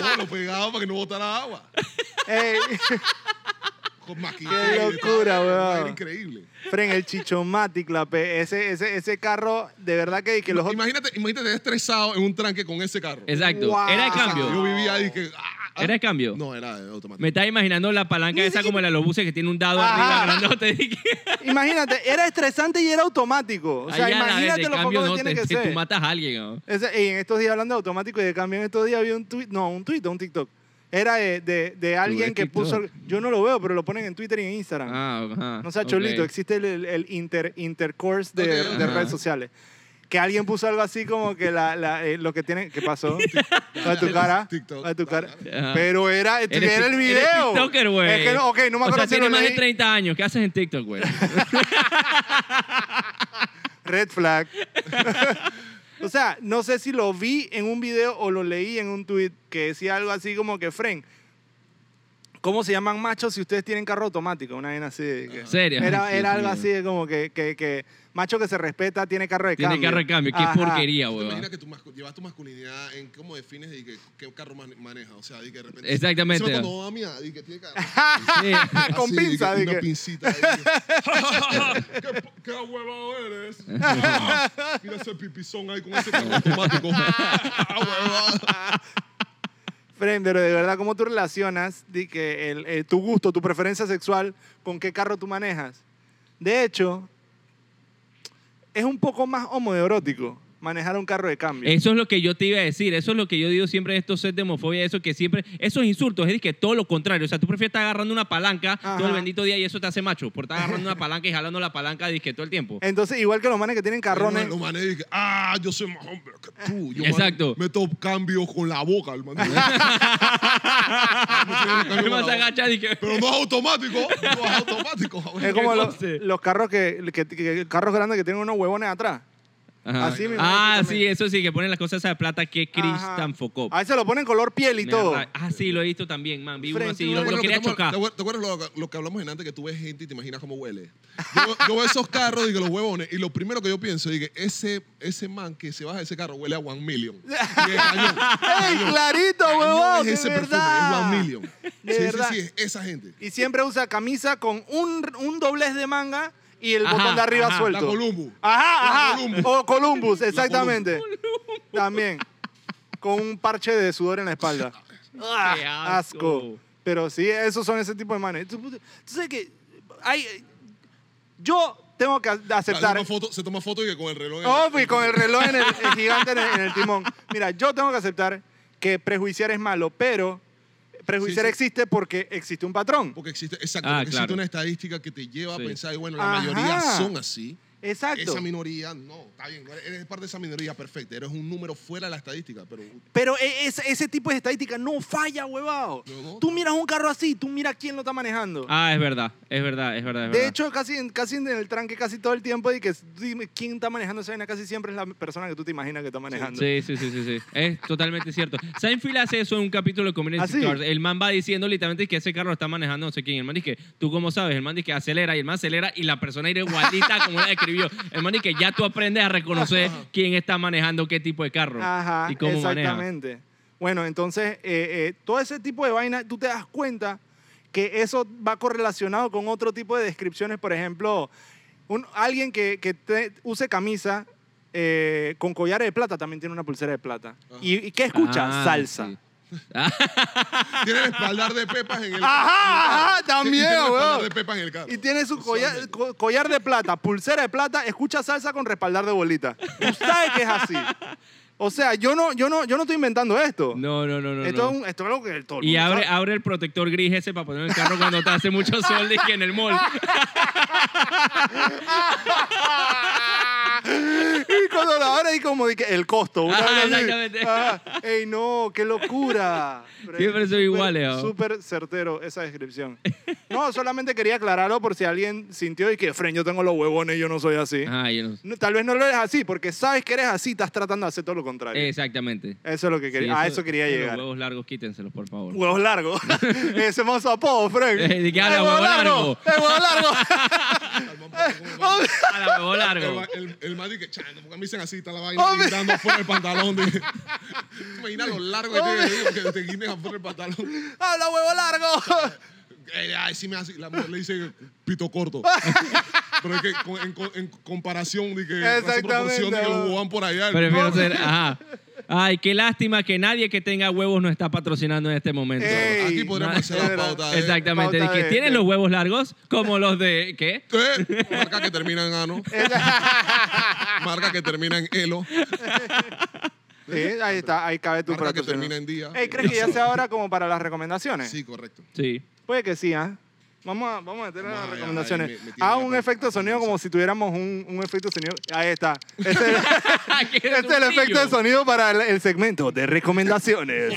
[SPEAKER 1] No, lo pegaba para que no botara agua.
[SPEAKER 2] Ey,
[SPEAKER 1] Con maquillaje.
[SPEAKER 2] Qué
[SPEAKER 1] y de todo.
[SPEAKER 2] locura,
[SPEAKER 1] Una
[SPEAKER 2] weón.
[SPEAKER 1] vaina increíble.
[SPEAKER 2] Fren, el Chichomatic, la pe- ese, ese, ese carro, de verdad que, que los otros...
[SPEAKER 1] Imagínate, imagínate estresado en un tranque con ese carro.
[SPEAKER 3] Exacto.
[SPEAKER 2] Wow.
[SPEAKER 3] Era de
[SPEAKER 1] Yo
[SPEAKER 3] cambio.
[SPEAKER 1] vivía ahí que. ah, ah.
[SPEAKER 3] Era de cambio.
[SPEAKER 1] No, era de automático.
[SPEAKER 3] Me estaba imaginando la palanca esa como la de los buses que tiene un dado
[SPEAKER 2] Ajá.
[SPEAKER 3] arriba grandote. dije.
[SPEAKER 2] Imagínate, era estresante y era automático. O sea,
[SPEAKER 3] Allá la vez de
[SPEAKER 2] imagínate lo
[SPEAKER 3] cambio,
[SPEAKER 2] poco que
[SPEAKER 3] no,
[SPEAKER 2] tiene
[SPEAKER 3] te-
[SPEAKER 2] que
[SPEAKER 3] te- Tú
[SPEAKER 2] ser.
[SPEAKER 3] matas a alguien. ¿no?
[SPEAKER 2] Ese- y en estos días, hablando de automático y de cambio, en estos días había un tweet, no, un tweet, un TikTok. Era de, de- de alguien
[SPEAKER 3] ves
[SPEAKER 2] que puso,
[SPEAKER 3] TikTok?
[SPEAKER 2] yo no lo veo, pero lo ponen en Twitter y en Instagram.
[SPEAKER 3] Ah, ajá.
[SPEAKER 2] No sea
[SPEAKER 3] Ok.
[SPEAKER 2] cholito, existe el, el- el inter, intercourse de,
[SPEAKER 1] Ok,
[SPEAKER 2] de
[SPEAKER 3] ajá.
[SPEAKER 2] redes sociales. Que alguien puso algo así como que la, la, eh, lo que tienen... ¿Qué pasó? A tu cara.
[SPEAKER 1] TikTok.
[SPEAKER 2] A tu cara.
[SPEAKER 3] Ajá.
[SPEAKER 2] Pero era,
[SPEAKER 3] Eres
[SPEAKER 2] era el
[SPEAKER 3] tic-
[SPEAKER 2] video.
[SPEAKER 3] eres TikToker, güey.
[SPEAKER 2] Es que no, ok, no me
[SPEAKER 3] O
[SPEAKER 2] acuerdo
[SPEAKER 3] sea,
[SPEAKER 2] si lo
[SPEAKER 3] tiene más de
[SPEAKER 2] leí.
[SPEAKER 3] 30 años. ¿Qué haces en TikTok, güey?
[SPEAKER 2] Red flag. o sea, no sé si lo vi en un video o lo leí en un tweet que decía algo así como que, Fren, ¿cómo se llaman machos si ustedes tienen carro automático? Una vaina así. de que-
[SPEAKER 3] ¿En Ah, serio?
[SPEAKER 2] Era,
[SPEAKER 3] Ay,
[SPEAKER 2] era
[SPEAKER 3] Dios
[SPEAKER 2] algo
[SPEAKER 3] mío.
[SPEAKER 2] así de como que, que, que macho que se respeta tiene carro de
[SPEAKER 3] Tiene
[SPEAKER 2] cambio.
[SPEAKER 3] carro de cambio. Qué
[SPEAKER 2] Ajá.
[SPEAKER 3] porquería,
[SPEAKER 1] ¿Te
[SPEAKER 3] güey.
[SPEAKER 1] imaginas que tú mascu- llevas tu masculinidad en cómo defines y que, qué carro mane- maneja? O sea, y que de repente.
[SPEAKER 3] Exactamente.
[SPEAKER 1] Se me cuando va mía, y que tiene carro.
[SPEAKER 3] Sí.
[SPEAKER 1] Así,
[SPEAKER 2] Ah, Con
[SPEAKER 1] de
[SPEAKER 2] pinza.
[SPEAKER 1] que
[SPEAKER 2] de
[SPEAKER 1] Una
[SPEAKER 2] que-
[SPEAKER 1] pincita. ahí, de que, ¿Qué, po- qué huevado eres? Mira ese pipizón ahí con ese carro automático. Huevado.
[SPEAKER 2] Fren, pero de verdad, ¿cómo tú relacionas di que el- eh, tu gusto, tu preferencia sexual con qué carro tú manejas? De hecho, es un poco más homoerótico manejar un carro de cambio.
[SPEAKER 3] Eso es lo que yo te iba a decir. Eso es lo que yo digo siempre en estos sets de homofobia. Eso que siempre. Esos insultos es que todo lo contrario. O sea, tú prefieres estar agarrando una palanca
[SPEAKER 2] Ajá.
[SPEAKER 3] todo el bendito día y eso te hace macho. Por estar agarrando una palanca y jalando la palanca disque todo el tiempo.
[SPEAKER 2] Entonces, igual que los manes que tienen carrones,
[SPEAKER 1] Los manes dicen, ah, yo soy más hombre que tú. Yo
[SPEAKER 3] Exacto.
[SPEAKER 1] man- meto cambios con la boca, el man. Yo meto cambios
[SPEAKER 3] Además,
[SPEAKER 1] con la
[SPEAKER 3] se
[SPEAKER 1] boca.
[SPEAKER 3] agacha dizque-
[SPEAKER 1] Pero no es automático. No es automático. joder.
[SPEAKER 2] es como
[SPEAKER 3] qué
[SPEAKER 2] los,
[SPEAKER 3] cosa.
[SPEAKER 2] los carros que, que- que- carros grandes que tienen unos huevones atrás.
[SPEAKER 3] Ajá.
[SPEAKER 2] Así mismo,
[SPEAKER 3] Ah,
[SPEAKER 2] así
[SPEAKER 3] sí,
[SPEAKER 2] también.
[SPEAKER 3] eso sí, que ponen las cosas esas de plata que Chris
[SPEAKER 2] Ajá.
[SPEAKER 3] tan focó.
[SPEAKER 2] A veces lo ponen color piel y
[SPEAKER 3] Me
[SPEAKER 2] todo.
[SPEAKER 3] arra- Ah, sí, lo he visto también, man. Vi uno
[SPEAKER 2] Frente,
[SPEAKER 3] así.
[SPEAKER 2] ¿no?
[SPEAKER 3] Lo,
[SPEAKER 1] Bueno,
[SPEAKER 3] lo
[SPEAKER 1] que
[SPEAKER 3] quería
[SPEAKER 1] estamos-
[SPEAKER 3] chocar.
[SPEAKER 1] ¿Te acuer- te acuerdas lo, lo que hablamos en antes que tú ves gente y te imaginas cómo huele? Yo, veo- yo veo esos carros y que los huevones y lo primero que yo pienso es que ese, ese man que se baja de ese carro huele a One Million. Y es cañón.
[SPEAKER 2] ¡Ey, clarito,
[SPEAKER 1] Cañón
[SPEAKER 2] huevón!
[SPEAKER 1] es
[SPEAKER 2] de
[SPEAKER 1] ese perfume, es
[SPEAKER 2] verdad.
[SPEAKER 1] One Million.
[SPEAKER 2] De
[SPEAKER 1] sí,
[SPEAKER 2] verdad.
[SPEAKER 1] sí, sí, es esa gente.
[SPEAKER 2] Y siempre usa camisa con un, un doblez de manga y el
[SPEAKER 3] Ajá,
[SPEAKER 2] botón de arriba
[SPEAKER 3] ajá.
[SPEAKER 1] La
[SPEAKER 2] suelto.
[SPEAKER 1] Columbo.
[SPEAKER 2] Ajá,
[SPEAKER 1] La
[SPEAKER 2] ajá.
[SPEAKER 1] Columbus.
[SPEAKER 2] O Columbus, exactamente. También. Con un parche de sudor en la espalda. Ah,
[SPEAKER 3] Qué
[SPEAKER 2] asco.
[SPEAKER 3] asco.
[SPEAKER 2] Pero sí, esos son ese tipo de manes. Tú, tú sabes que hay, yo tengo que
[SPEAKER 1] Se
[SPEAKER 2] aceptar.
[SPEAKER 1] toma, foto, se toma foto y que con el reloj. en la-
[SPEAKER 2] Obvio, con el reloj en el, el gigante en el, en el timón. Mira, yo tengo que aceptar que prejuiciar es malo, pero prejuiciar
[SPEAKER 1] Sí, sí.
[SPEAKER 2] existe porque existe un patrón.
[SPEAKER 1] Porque existe, exacto,
[SPEAKER 3] Ah,
[SPEAKER 1] porque existe
[SPEAKER 3] claro.
[SPEAKER 1] una estadística que te lleva
[SPEAKER 3] Sí.
[SPEAKER 1] a pensar, y bueno, la
[SPEAKER 2] Ajá.
[SPEAKER 1] mayoría son así.
[SPEAKER 2] Exacto.
[SPEAKER 1] Esa minoría, no, está bien, no eres- eres parte de esa minoría, perfecto. Eres un número fuera de la estadística, pero
[SPEAKER 2] Pero e- es- ese tipo de estadística no falla, huevado.
[SPEAKER 1] No, no.
[SPEAKER 2] Tú miras un carro así, tú miras quién lo está manejando.
[SPEAKER 3] Ah, es verdad, es verdad, es verdad. es
[SPEAKER 2] De
[SPEAKER 3] verdad.
[SPEAKER 2] hecho, casi, en- casi en el tranque, casi todo el tiempo, y que s- dime quién está manejando esa vaina, casi siempre es la persona que tú te imaginas que está manejando.
[SPEAKER 3] Sí, sí, sí, sí, sí. Es totalmente cierto. Seinfeld hace eso en un capítulo de Community
[SPEAKER 2] ¿Ah, sí?
[SPEAKER 3] Cars. El man va diciendo literalmente que ese carro lo está manejando no sé quién. El man dice, ¿tú cómo sabes? El man dice, acelera. Y el man acelera y la persona irá igualita como la describió. El man dice, ya tú aprendes a reconocer quién está manejando qué tipo de carro
[SPEAKER 2] Ajá,
[SPEAKER 3] y cómo maneja.
[SPEAKER 2] exactamente. Bueno, entonces, eh, eh, todo ese tipo de vaina, tú te das cuenta que eso va correlacionado con otro tipo de descripciones. Por ejemplo, un- alguien que, que te- use camisa eh, con collares de plata también tiene una pulsera de plata.
[SPEAKER 1] Ajá.
[SPEAKER 2] ¿Y, y qué escucha?
[SPEAKER 3] Ah,
[SPEAKER 2] Salsa.
[SPEAKER 3] sí.
[SPEAKER 1] tienes espaldar de pepas en el
[SPEAKER 2] Ajá, ajá, también,
[SPEAKER 1] Tienes espaldar
[SPEAKER 2] weón.
[SPEAKER 1] de pepas en el carro.
[SPEAKER 2] Y tiene su collar,
[SPEAKER 1] Usualmente.
[SPEAKER 2] co- collar de plata, pulsera de plata, escucha salsa con respaldar de bolita. Usted sabe que es así. O sea, yo no, yo no, yo no estoy inventando esto.
[SPEAKER 3] No, no, no, no.
[SPEAKER 2] esto,
[SPEAKER 3] no.
[SPEAKER 2] Es un- esto es algo que todo el
[SPEAKER 3] Y
[SPEAKER 2] mundo
[SPEAKER 3] abre, ah.
[SPEAKER 2] sabe.
[SPEAKER 3] abre el protector gris ese para poner en el carro cuando te hace mucho sol y que en el mall.
[SPEAKER 2] Y cuando la abre y como de que el costo. una
[SPEAKER 3] Ajá,
[SPEAKER 2] vaina así.
[SPEAKER 3] Ah, exactamente.
[SPEAKER 2] Ajá. ey, no, qué locura. Pero
[SPEAKER 3] Siempre
[SPEAKER 2] es
[SPEAKER 3] son
[SPEAKER 2] súper-
[SPEAKER 3] iguales, ¿o?
[SPEAKER 2] Súper certero esa descripción. No, solamente quería aclararlo por si alguien sintió y que, Fren, yo tengo los huevones, yo no soy así.
[SPEAKER 3] Ah, yo no sé.
[SPEAKER 2] No, tal vez no lo eres así, porque sabes que eres así, estás tratando de hacer todo lo contrario.
[SPEAKER 3] Exactamente.
[SPEAKER 2] Eso es lo que
[SPEAKER 3] Eh, Sí,
[SPEAKER 2] quería. a eso quería
[SPEAKER 3] los
[SPEAKER 2] llegar.
[SPEAKER 3] huevos largos, quítenselos, por favor.
[SPEAKER 2] Huevos largos. Ese más apodo, Frank.
[SPEAKER 3] Eh, ¿de qué
[SPEAKER 2] ¡Eh,
[SPEAKER 3] habla,
[SPEAKER 2] huevo
[SPEAKER 3] huevo
[SPEAKER 2] largo!
[SPEAKER 3] largo?
[SPEAKER 2] ¡Eh, huevo largo!
[SPEAKER 3] A la huevo largo.
[SPEAKER 1] El, el, el man dice, chano, porque me dicen así, está la vaina
[SPEAKER 2] Hombre.
[SPEAKER 1] gritando afuera del pantalón. de- ¿Te imaginas lo largo que tiene que digo, que te guines afuera del pantalón?
[SPEAKER 2] ¡Habla, huevo largo!
[SPEAKER 1] Eh, Ay, sí me hace, la mujer le dice pito corto. Pero es que con- en, con- en comparación, de que hace proporción de que los
[SPEAKER 2] Exactamente.
[SPEAKER 1] jugaban por allá. el
[SPEAKER 3] Prefiero
[SPEAKER 1] pobre.
[SPEAKER 3] ser. Ajá. Ay, qué lástima que nadie que tenga huevos nos está patrocinando en este momento.
[SPEAKER 2] Eh,
[SPEAKER 1] Aquí
[SPEAKER 2] Ey,
[SPEAKER 1] podríamos
[SPEAKER 3] no,
[SPEAKER 1] hacer la
[SPEAKER 2] era-
[SPEAKER 1] pauta. eh.
[SPEAKER 3] Exactamente.
[SPEAKER 2] pauta
[SPEAKER 3] Dije,
[SPEAKER 2] de-
[SPEAKER 3] ¿Tienes
[SPEAKER 2] de-
[SPEAKER 3] los huevos largos? Como los de. ¿Qué?
[SPEAKER 1] Eh, marca que termina en ano. marca que termina en elo.
[SPEAKER 2] Sí, ahí está, ahí cabe tu
[SPEAKER 1] Marca que
[SPEAKER 2] patrocinador.
[SPEAKER 1] termina en día.
[SPEAKER 2] Ey, ¿crees que ya sea ahora como para las recomendaciones?
[SPEAKER 1] Sí, correcto.
[SPEAKER 3] Sí.
[SPEAKER 2] Puede que sí, ¿ah? Vamos a, vamos a meter
[SPEAKER 1] Vamos
[SPEAKER 2] las
[SPEAKER 1] a- ay,
[SPEAKER 2] recomendaciones.
[SPEAKER 1] me- me tiene
[SPEAKER 2] ah,
[SPEAKER 1] ya
[SPEAKER 2] un
[SPEAKER 1] para-
[SPEAKER 2] efecto de sonido como si tuviéramos un, un efecto de sonido. Ahí está. Este es el,
[SPEAKER 3] Este
[SPEAKER 2] este es el efecto de sonido para el, el segmento de recomendaciones.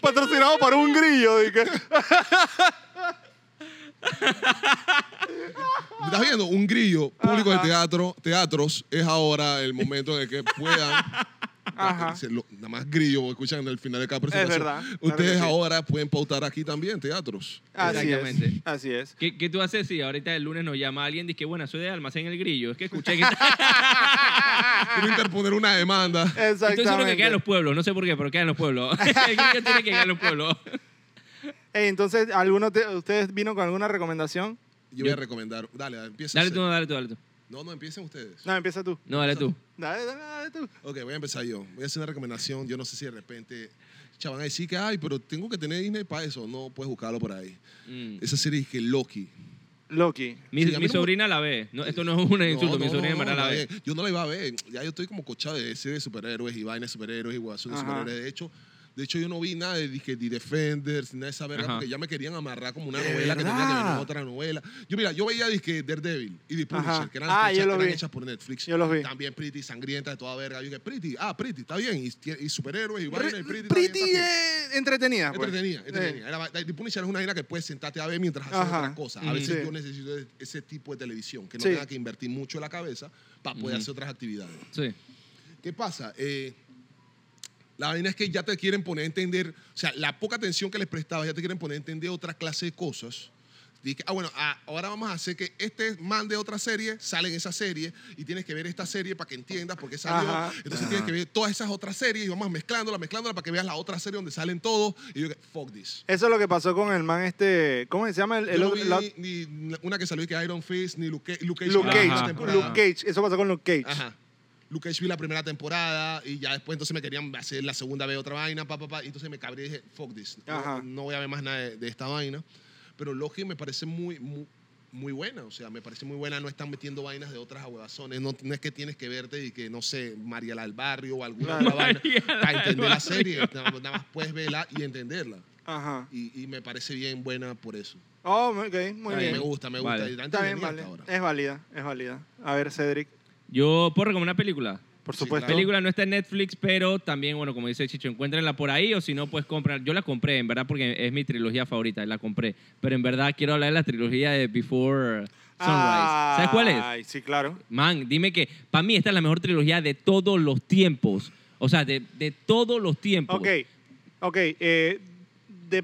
[SPEAKER 2] Patrocinado por un grillo. dije.
[SPEAKER 1] ¿Me ¿Estás viendo? Un grillo, público
[SPEAKER 2] Ajá.
[SPEAKER 1] de teatro, teatros, es ahora el momento en el que puedan. Ah,
[SPEAKER 2] Ajá.
[SPEAKER 1] Se lo- nada más grillo, escuchan el final de cada presentación.
[SPEAKER 2] verdad, claro
[SPEAKER 1] Ustedes
[SPEAKER 2] que sí.
[SPEAKER 1] ahora pueden pautar aquí también, teatros.
[SPEAKER 2] Así es.
[SPEAKER 3] Exactamente.
[SPEAKER 2] Así es.
[SPEAKER 3] ¿Qué, qué tú haces si ahorita el lunes nos llama alguien y dice, bueno, soy de Almacén El Grillo? Es que escuché que...
[SPEAKER 1] Quiero interponer una demanda.
[SPEAKER 3] Estoy seguro que
[SPEAKER 2] Exactamente.
[SPEAKER 3] queda en los pueblos. No sé por qué, pero queda en los pueblos. El grillo tiene que quedar en los pueblos.
[SPEAKER 2] Ey, entonces, ¿alguno de ustedes vino con alguna recomendación?
[SPEAKER 1] Yo voy a recomendar. Dale, empieza.
[SPEAKER 3] Dale tú, no, dale tú, dale tú.
[SPEAKER 1] No, no, empiecen ustedes.
[SPEAKER 2] No, empieza tú.
[SPEAKER 3] No, dale tú.
[SPEAKER 2] Dale, dale, dale tú.
[SPEAKER 1] Ok, voy a empezar yo. Voy a hacer una recomendación. Yo no sé si de repente. Chaval, van a decir que, ay, pero tengo que tener Disney para eso. No, puedes buscarlo por ahí.
[SPEAKER 3] Mm.
[SPEAKER 1] Esa serie es que Loki.
[SPEAKER 2] Loki.
[SPEAKER 3] Mi,
[SPEAKER 1] Sí, a mí
[SPEAKER 3] mi
[SPEAKER 1] no me-
[SPEAKER 3] sobrina la ve. No, esto no es un insulto. mi sobrina en
[SPEAKER 1] no,
[SPEAKER 3] verdad la
[SPEAKER 1] la
[SPEAKER 3] ve.
[SPEAKER 1] ve. Yo no la iba a ver. Ya yo estoy como cochado de series de superhéroes y vainas de superhéroes y guasón de
[SPEAKER 2] Ajá.
[SPEAKER 1] superhéroes. De hecho, de hecho, yo no vi nada de dije, The Defenders, nada de esa verga,
[SPEAKER 3] Ajá.
[SPEAKER 1] porque ya me querían amarrar como una
[SPEAKER 2] ¿De
[SPEAKER 1] novela que tenía que ver
[SPEAKER 2] verdad?
[SPEAKER 1] con otra novela. Yo, mira, yo veía dizque Daredevil y The
[SPEAKER 2] Ajá.
[SPEAKER 1] Punisher, que eran,
[SPEAKER 2] Ah, yo
[SPEAKER 1] hechas,
[SPEAKER 2] lo
[SPEAKER 1] eran
[SPEAKER 2] vi.
[SPEAKER 1] hechas por Netflix.
[SPEAKER 2] Yo los vi.
[SPEAKER 1] También Pretty, sangrienta de toda verga. Yo dije, Pretty, ah, Pretty, está bien. Y, tie- y superhéroes y vainas. y
[SPEAKER 2] Pretty,
[SPEAKER 1] está bien, está cool.
[SPEAKER 2] eh, entretenida. pues.
[SPEAKER 1] Entretenida,
[SPEAKER 2] Eh,
[SPEAKER 1] entretenida. Era, ba- The Punisher es una vaina que puedes sentarte a ver mientras haces
[SPEAKER 2] Ajá.
[SPEAKER 1] otras cosas. A
[SPEAKER 3] Ujú.
[SPEAKER 1] veces
[SPEAKER 2] Sí.
[SPEAKER 1] yo necesito de- ese tipo de televisión, que no
[SPEAKER 2] Sí.
[SPEAKER 1] tenga que invertir mucho en la cabeza para poder hacer otras actividades.
[SPEAKER 3] Sí.
[SPEAKER 1] ¿Qué pasa? Eh, la vaina es que ya te quieren poner a entender, o sea, la poca atención que les prestabas ya te quieren poner a entender otra clase de cosas. Dije, ah, bueno, ah, ahora vamos a hacer que este man de otra serie sale en esa serie y tienes que ver esta serie para que entiendas por qué salió.
[SPEAKER 2] Ajá.
[SPEAKER 1] Entonces tienes que ver todas esas otras series y vamos mezclándolas, mezclándolas para que veas la otra serie donde salen todos. Y yo, fuck this.
[SPEAKER 2] Eso es lo que pasó con el man este... ¿Cómo se llama? El, el
[SPEAKER 1] Yo no
[SPEAKER 2] otro-
[SPEAKER 1] vi
[SPEAKER 2] la-
[SPEAKER 1] ni, ni una que salió y que Iron Fist, ni Luke, Luke Cage. vi
[SPEAKER 2] Luke
[SPEAKER 1] la primera
[SPEAKER 3] Ajá.
[SPEAKER 2] Cage.
[SPEAKER 1] temporada.
[SPEAKER 2] Luke Cage. Eso pasó con Luke Cage.
[SPEAKER 1] Ajá. Luke Cage vi la primera temporada y ya después entonces me querían hacer la segunda vez otra vaina, pa, pa, pa. Y entonces me cabré y dije, fuck this.
[SPEAKER 2] Ajá.
[SPEAKER 1] No, no voy a ver más nada de, de esta vaina. Pero Loki me parece muy, muy, muy buena. O sea, me parece muy buena. No están metiendo vainas de otras ahuevazones. No, no es que tienes que verte y que, no sé, Mariela del Barrio o alguna
[SPEAKER 2] Claro.
[SPEAKER 1] otra vaina
[SPEAKER 3] Mariela
[SPEAKER 1] para entender
[SPEAKER 3] del
[SPEAKER 1] la serie. Nada nada más puedes verla y entenderla.
[SPEAKER 2] Ajá.
[SPEAKER 1] Y, y me parece bien buena por eso.
[SPEAKER 2] Oh, ok, muy
[SPEAKER 1] A mí
[SPEAKER 2] bien.
[SPEAKER 1] Me gusta, me gusta.
[SPEAKER 3] Vale.
[SPEAKER 1] Y tanto
[SPEAKER 2] Está bien,
[SPEAKER 1] venía
[SPEAKER 2] vale.
[SPEAKER 1] hasta ahora.
[SPEAKER 2] Es válida, es válida. A ver, Cedric,
[SPEAKER 3] Yo puedo recomendar película.
[SPEAKER 2] por
[SPEAKER 1] Sí,
[SPEAKER 2] supuesto.
[SPEAKER 1] claro.
[SPEAKER 3] película no está en Netflix, pero también, bueno, como dice Chicho, encuéntrenla por ahí o si no, pues compran. Yo la compré, en verdad, porque es mi trilogía favorita, la compré. Pero en verdad quiero hablar de la trilogía de Before Sunrise. ¿Sabes cuál es?
[SPEAKER 2] Ah, Ay, sí, claro.
[SPEAKER 3] Man, dime que para mí esta es la mejor trilogía de todos los tiempos. O sea, de, de todos los tiempos.
[SPEAKER 2] Ok, ok. eh, de,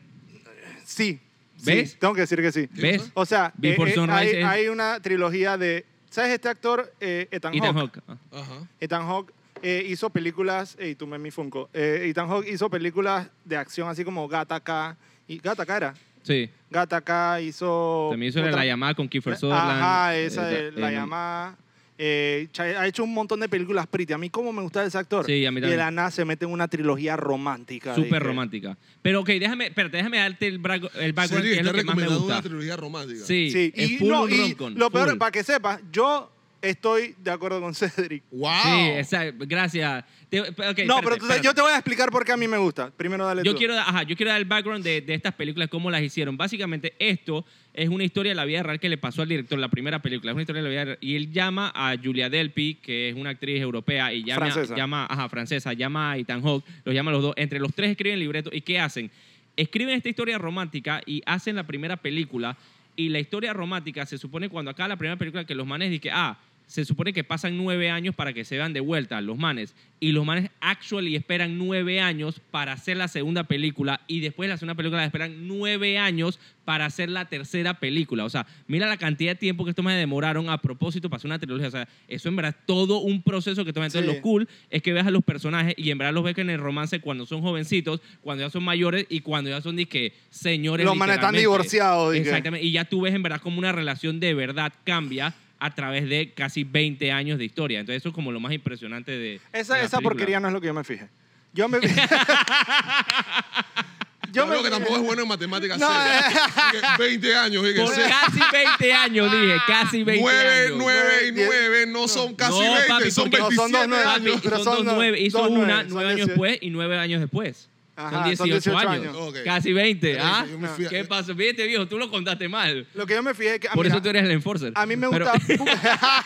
[SPEAKER 2] sí. sí,
[SPEAKER 3] ¿Ves?
[SPEAKER 2] tengo que decir que sí.
[SPEAKER 3] ¿Ves?
[SPEAKER 2] O sea,
[SPEAKER 3] Before
[SPEAKER 2] eh, eh, hay,
[SPEAKER 3] Sunrise es-
[SPEAKER 2] hay una trilogía de... ¿Sabes este actor? Eh, Ethan,
[SPEAKER 3] Ethan
[SPEAKER 2] Hawke.
[SPEAKER 3] Hawke. Ah.
[SPEAKER 1] Ajá.
[SPEAKER 2] Ethan Hawke eh, hizo películas, y tú me mi Funko, eh, Ethan Hawke hizo películas de acción así como Gattaca, y Gattaca era,
[SPEAKER 3] Sí.
[SPEAKER 2] Gattaca hizo...
[SPEAKER 3] También hizo
[SPEAKER 2] otra-
[SPEAKER 3] la llamada con Kiefer Sutherland.
[SPEAKER 2] Ah, Ajá, esa
[SPEAKER 3] Eh,
[SPEAKER 2] de la
[SPEAKER 3] eh,
[SPEAKER 2] llamada. Eh, cha- ha hecho un montón de películas pretty. A mí cómo me gusta ese actor.
[SPEAKER 3] Sí, a mí
[SPEAKER 2] y de
[SPEAKER 3] también.
[SPEAKER 2] la nada se mete en una trilogía romántica.
[SPEAKER 3] Súper
[SPEAKER 2] dije.
[SPEAKER 3] romántica. Pero ok, déjame, espérate, déjame darte el, brago- el background
[SPEAKER 1] Serio,
[SPEAKER 3] que es lo
[SPEAKER 1] está
[SPEAKER 3] que más me
[SPEAKER 1] recomendando
[SPEAKER 3] gusta.
[SPEAKER 1] una trilogía romántica.
[SPEAKER 3] Sí,
[SPEAKER 2] Sí,
[SPEAKER 3] es
[SPEAKER 2] y,
[SPEAKER 3] full
[SPEAKER 2] no,
[SPEAKER 3] un
[SPEAKER 2] y
[SPEAKER 3] rom-com,
[SPEAKER 2] lo peor,
[SPEAKER 3] full.
[SPEAKER 2] para que sepas, yo estoy de acuerdo con Cedric.
[SPEAKER 1] ¡Wow!
[SPEAKER 3] Sí, exacto. Gracias. Te- ok,
[SPEAKER 2] no,
[SPEAKER 3] espérate,
[SPEAKER 2] pero tú sabes,
[SPEAKER 3] espérate.
[SPEAKER 2] yo te voy a explicar por qué a mí me gusta. Primero dale
[SPEAKER 3] Yo
[SPEAKER 2] tú.
[SPEAKER 3] quiero, ajá, yo quiero dar el background de, de estas películas, cómo las hicieron. Básicamente, esto es una historia de la vida real que le pasó al director, la primera película. Es una historia de la vida real. Y él llama a Julia Delpy, que es una actriz europea, y llama,
[SPEAKER 2] Francesa.
[SPEAKER 3] llama ajá, francesa, llama a Ethan Hawke, los llama a los dos. Entre los tres escriben libreto. ¿Y qué hacen? Escriben esta historia romántica y hacen la primera película. Y la historia romántica se supone cuando acaba la primera película que los manes dicen, ah, se supone que pasan nueve años para que se vean de vuelta los manes. Y los manes actually esperan nueve años para hacer la segunda película. Y después de la segunda película esperan nueve años para hacer la tercera película. O sea, mira la cantidad de tiempo que estos manes demoraron a propósito para hacer una trilogía. O sea, eso en verdad es todo un proceso que toma. Entonces,
[SPEAKER 2] Sí.
[SPEAKER 3] lo cool es que veas a los personajes y en verdad los ves en el romance cuando son jovencitos, cuando ya son mayores y cuando ya son, que señores.
[SPEAKER 2] Los manes están
[SPEAKER 3] literalmente.
[SPEAKER 2] divorciados, dije.
[SPEAKER 3] Exactamente. Y ya tú ves en verdad como una relación de verdad cambia a través de casi 20 años de historia. Entonces eso es como lo más impresionante de...
[SPEAKER 2] Esa,
[SPEAKER 3] de la
[SPEAKER 2] esa
[SPEAKER 3] película.
[SPEAKER 2] porquería no es lo que yo me fije. Yo me
[SPEAKER 1] Yo creo que
[SPEAKER 2] fijé-
[SPEAKER 1] tampoco es bueno en matemáticas.
[SPEAKER 2] No, eh.
[SPEAKER 1] serias. Así que 20 años,
[SPEAKER 3] Por
[SPEAKER 1] fíjense.
[SPEAKER 3] casi 20 años, dije, casi 20
[SPEAKER 1] 9,
[SPEAKER 3] años.
[SPEAKER 1] 9 y
[SPEAKER 2] Nueve,
[SPEAKER 1] 9 no son casi
[SPEAKER 3] No,
[SPEAKER 1] 20,
[SPEAKER 3] papi,
[SPEAKER 1] son
[SPEAKER 3] porque no
[SPEAKER 1] 27
[SPEAKER 2] son dos nueve.
[SPEAKER 1] años.
[SPEAKER 3] Papi,
[SPEAKER 2] pero
[SPEAKER 3] son,
[SPEAKER 2] son
[SPEAKER 3] dos
[SPEAKER 2] nueve,
[SPEAKER 3] nueve. Hizo
[SPEAKER 2] dos
[SPEAKER 3] una
[SPEAKER 2] nueve, son
[SPEAKER 3] nueve años
[SPEAKER 2] 18.
[SPEAKER 3] después y nueve años después.
[SPEAKER 2] Ajá,
[SPEAKER 3] son 18,
[SPEAKER 2] son 18
[SPEAKER 3] años.
[SPEAKER 2] años.
[SPEAKER 1] Ok.
[SPEAKER 3] Casi 20. ¿ah?
[SPEAKER 1] Yo me fui a-
[SPEAKER 3] ¿Qué pasó? Viste, viejo, tú lo contaste mal.
[SPEAKER 2] Lo que yo me fijé es que... ah,
[SPEAKER 3] Por eso
[SPEAKER 2] mira,
[SPEAKER 3] tú eres el enforcer.
[SPEAKER 2] A mí me
[SPEAKER 3] Pero-
[SPEAKER 2] gusta...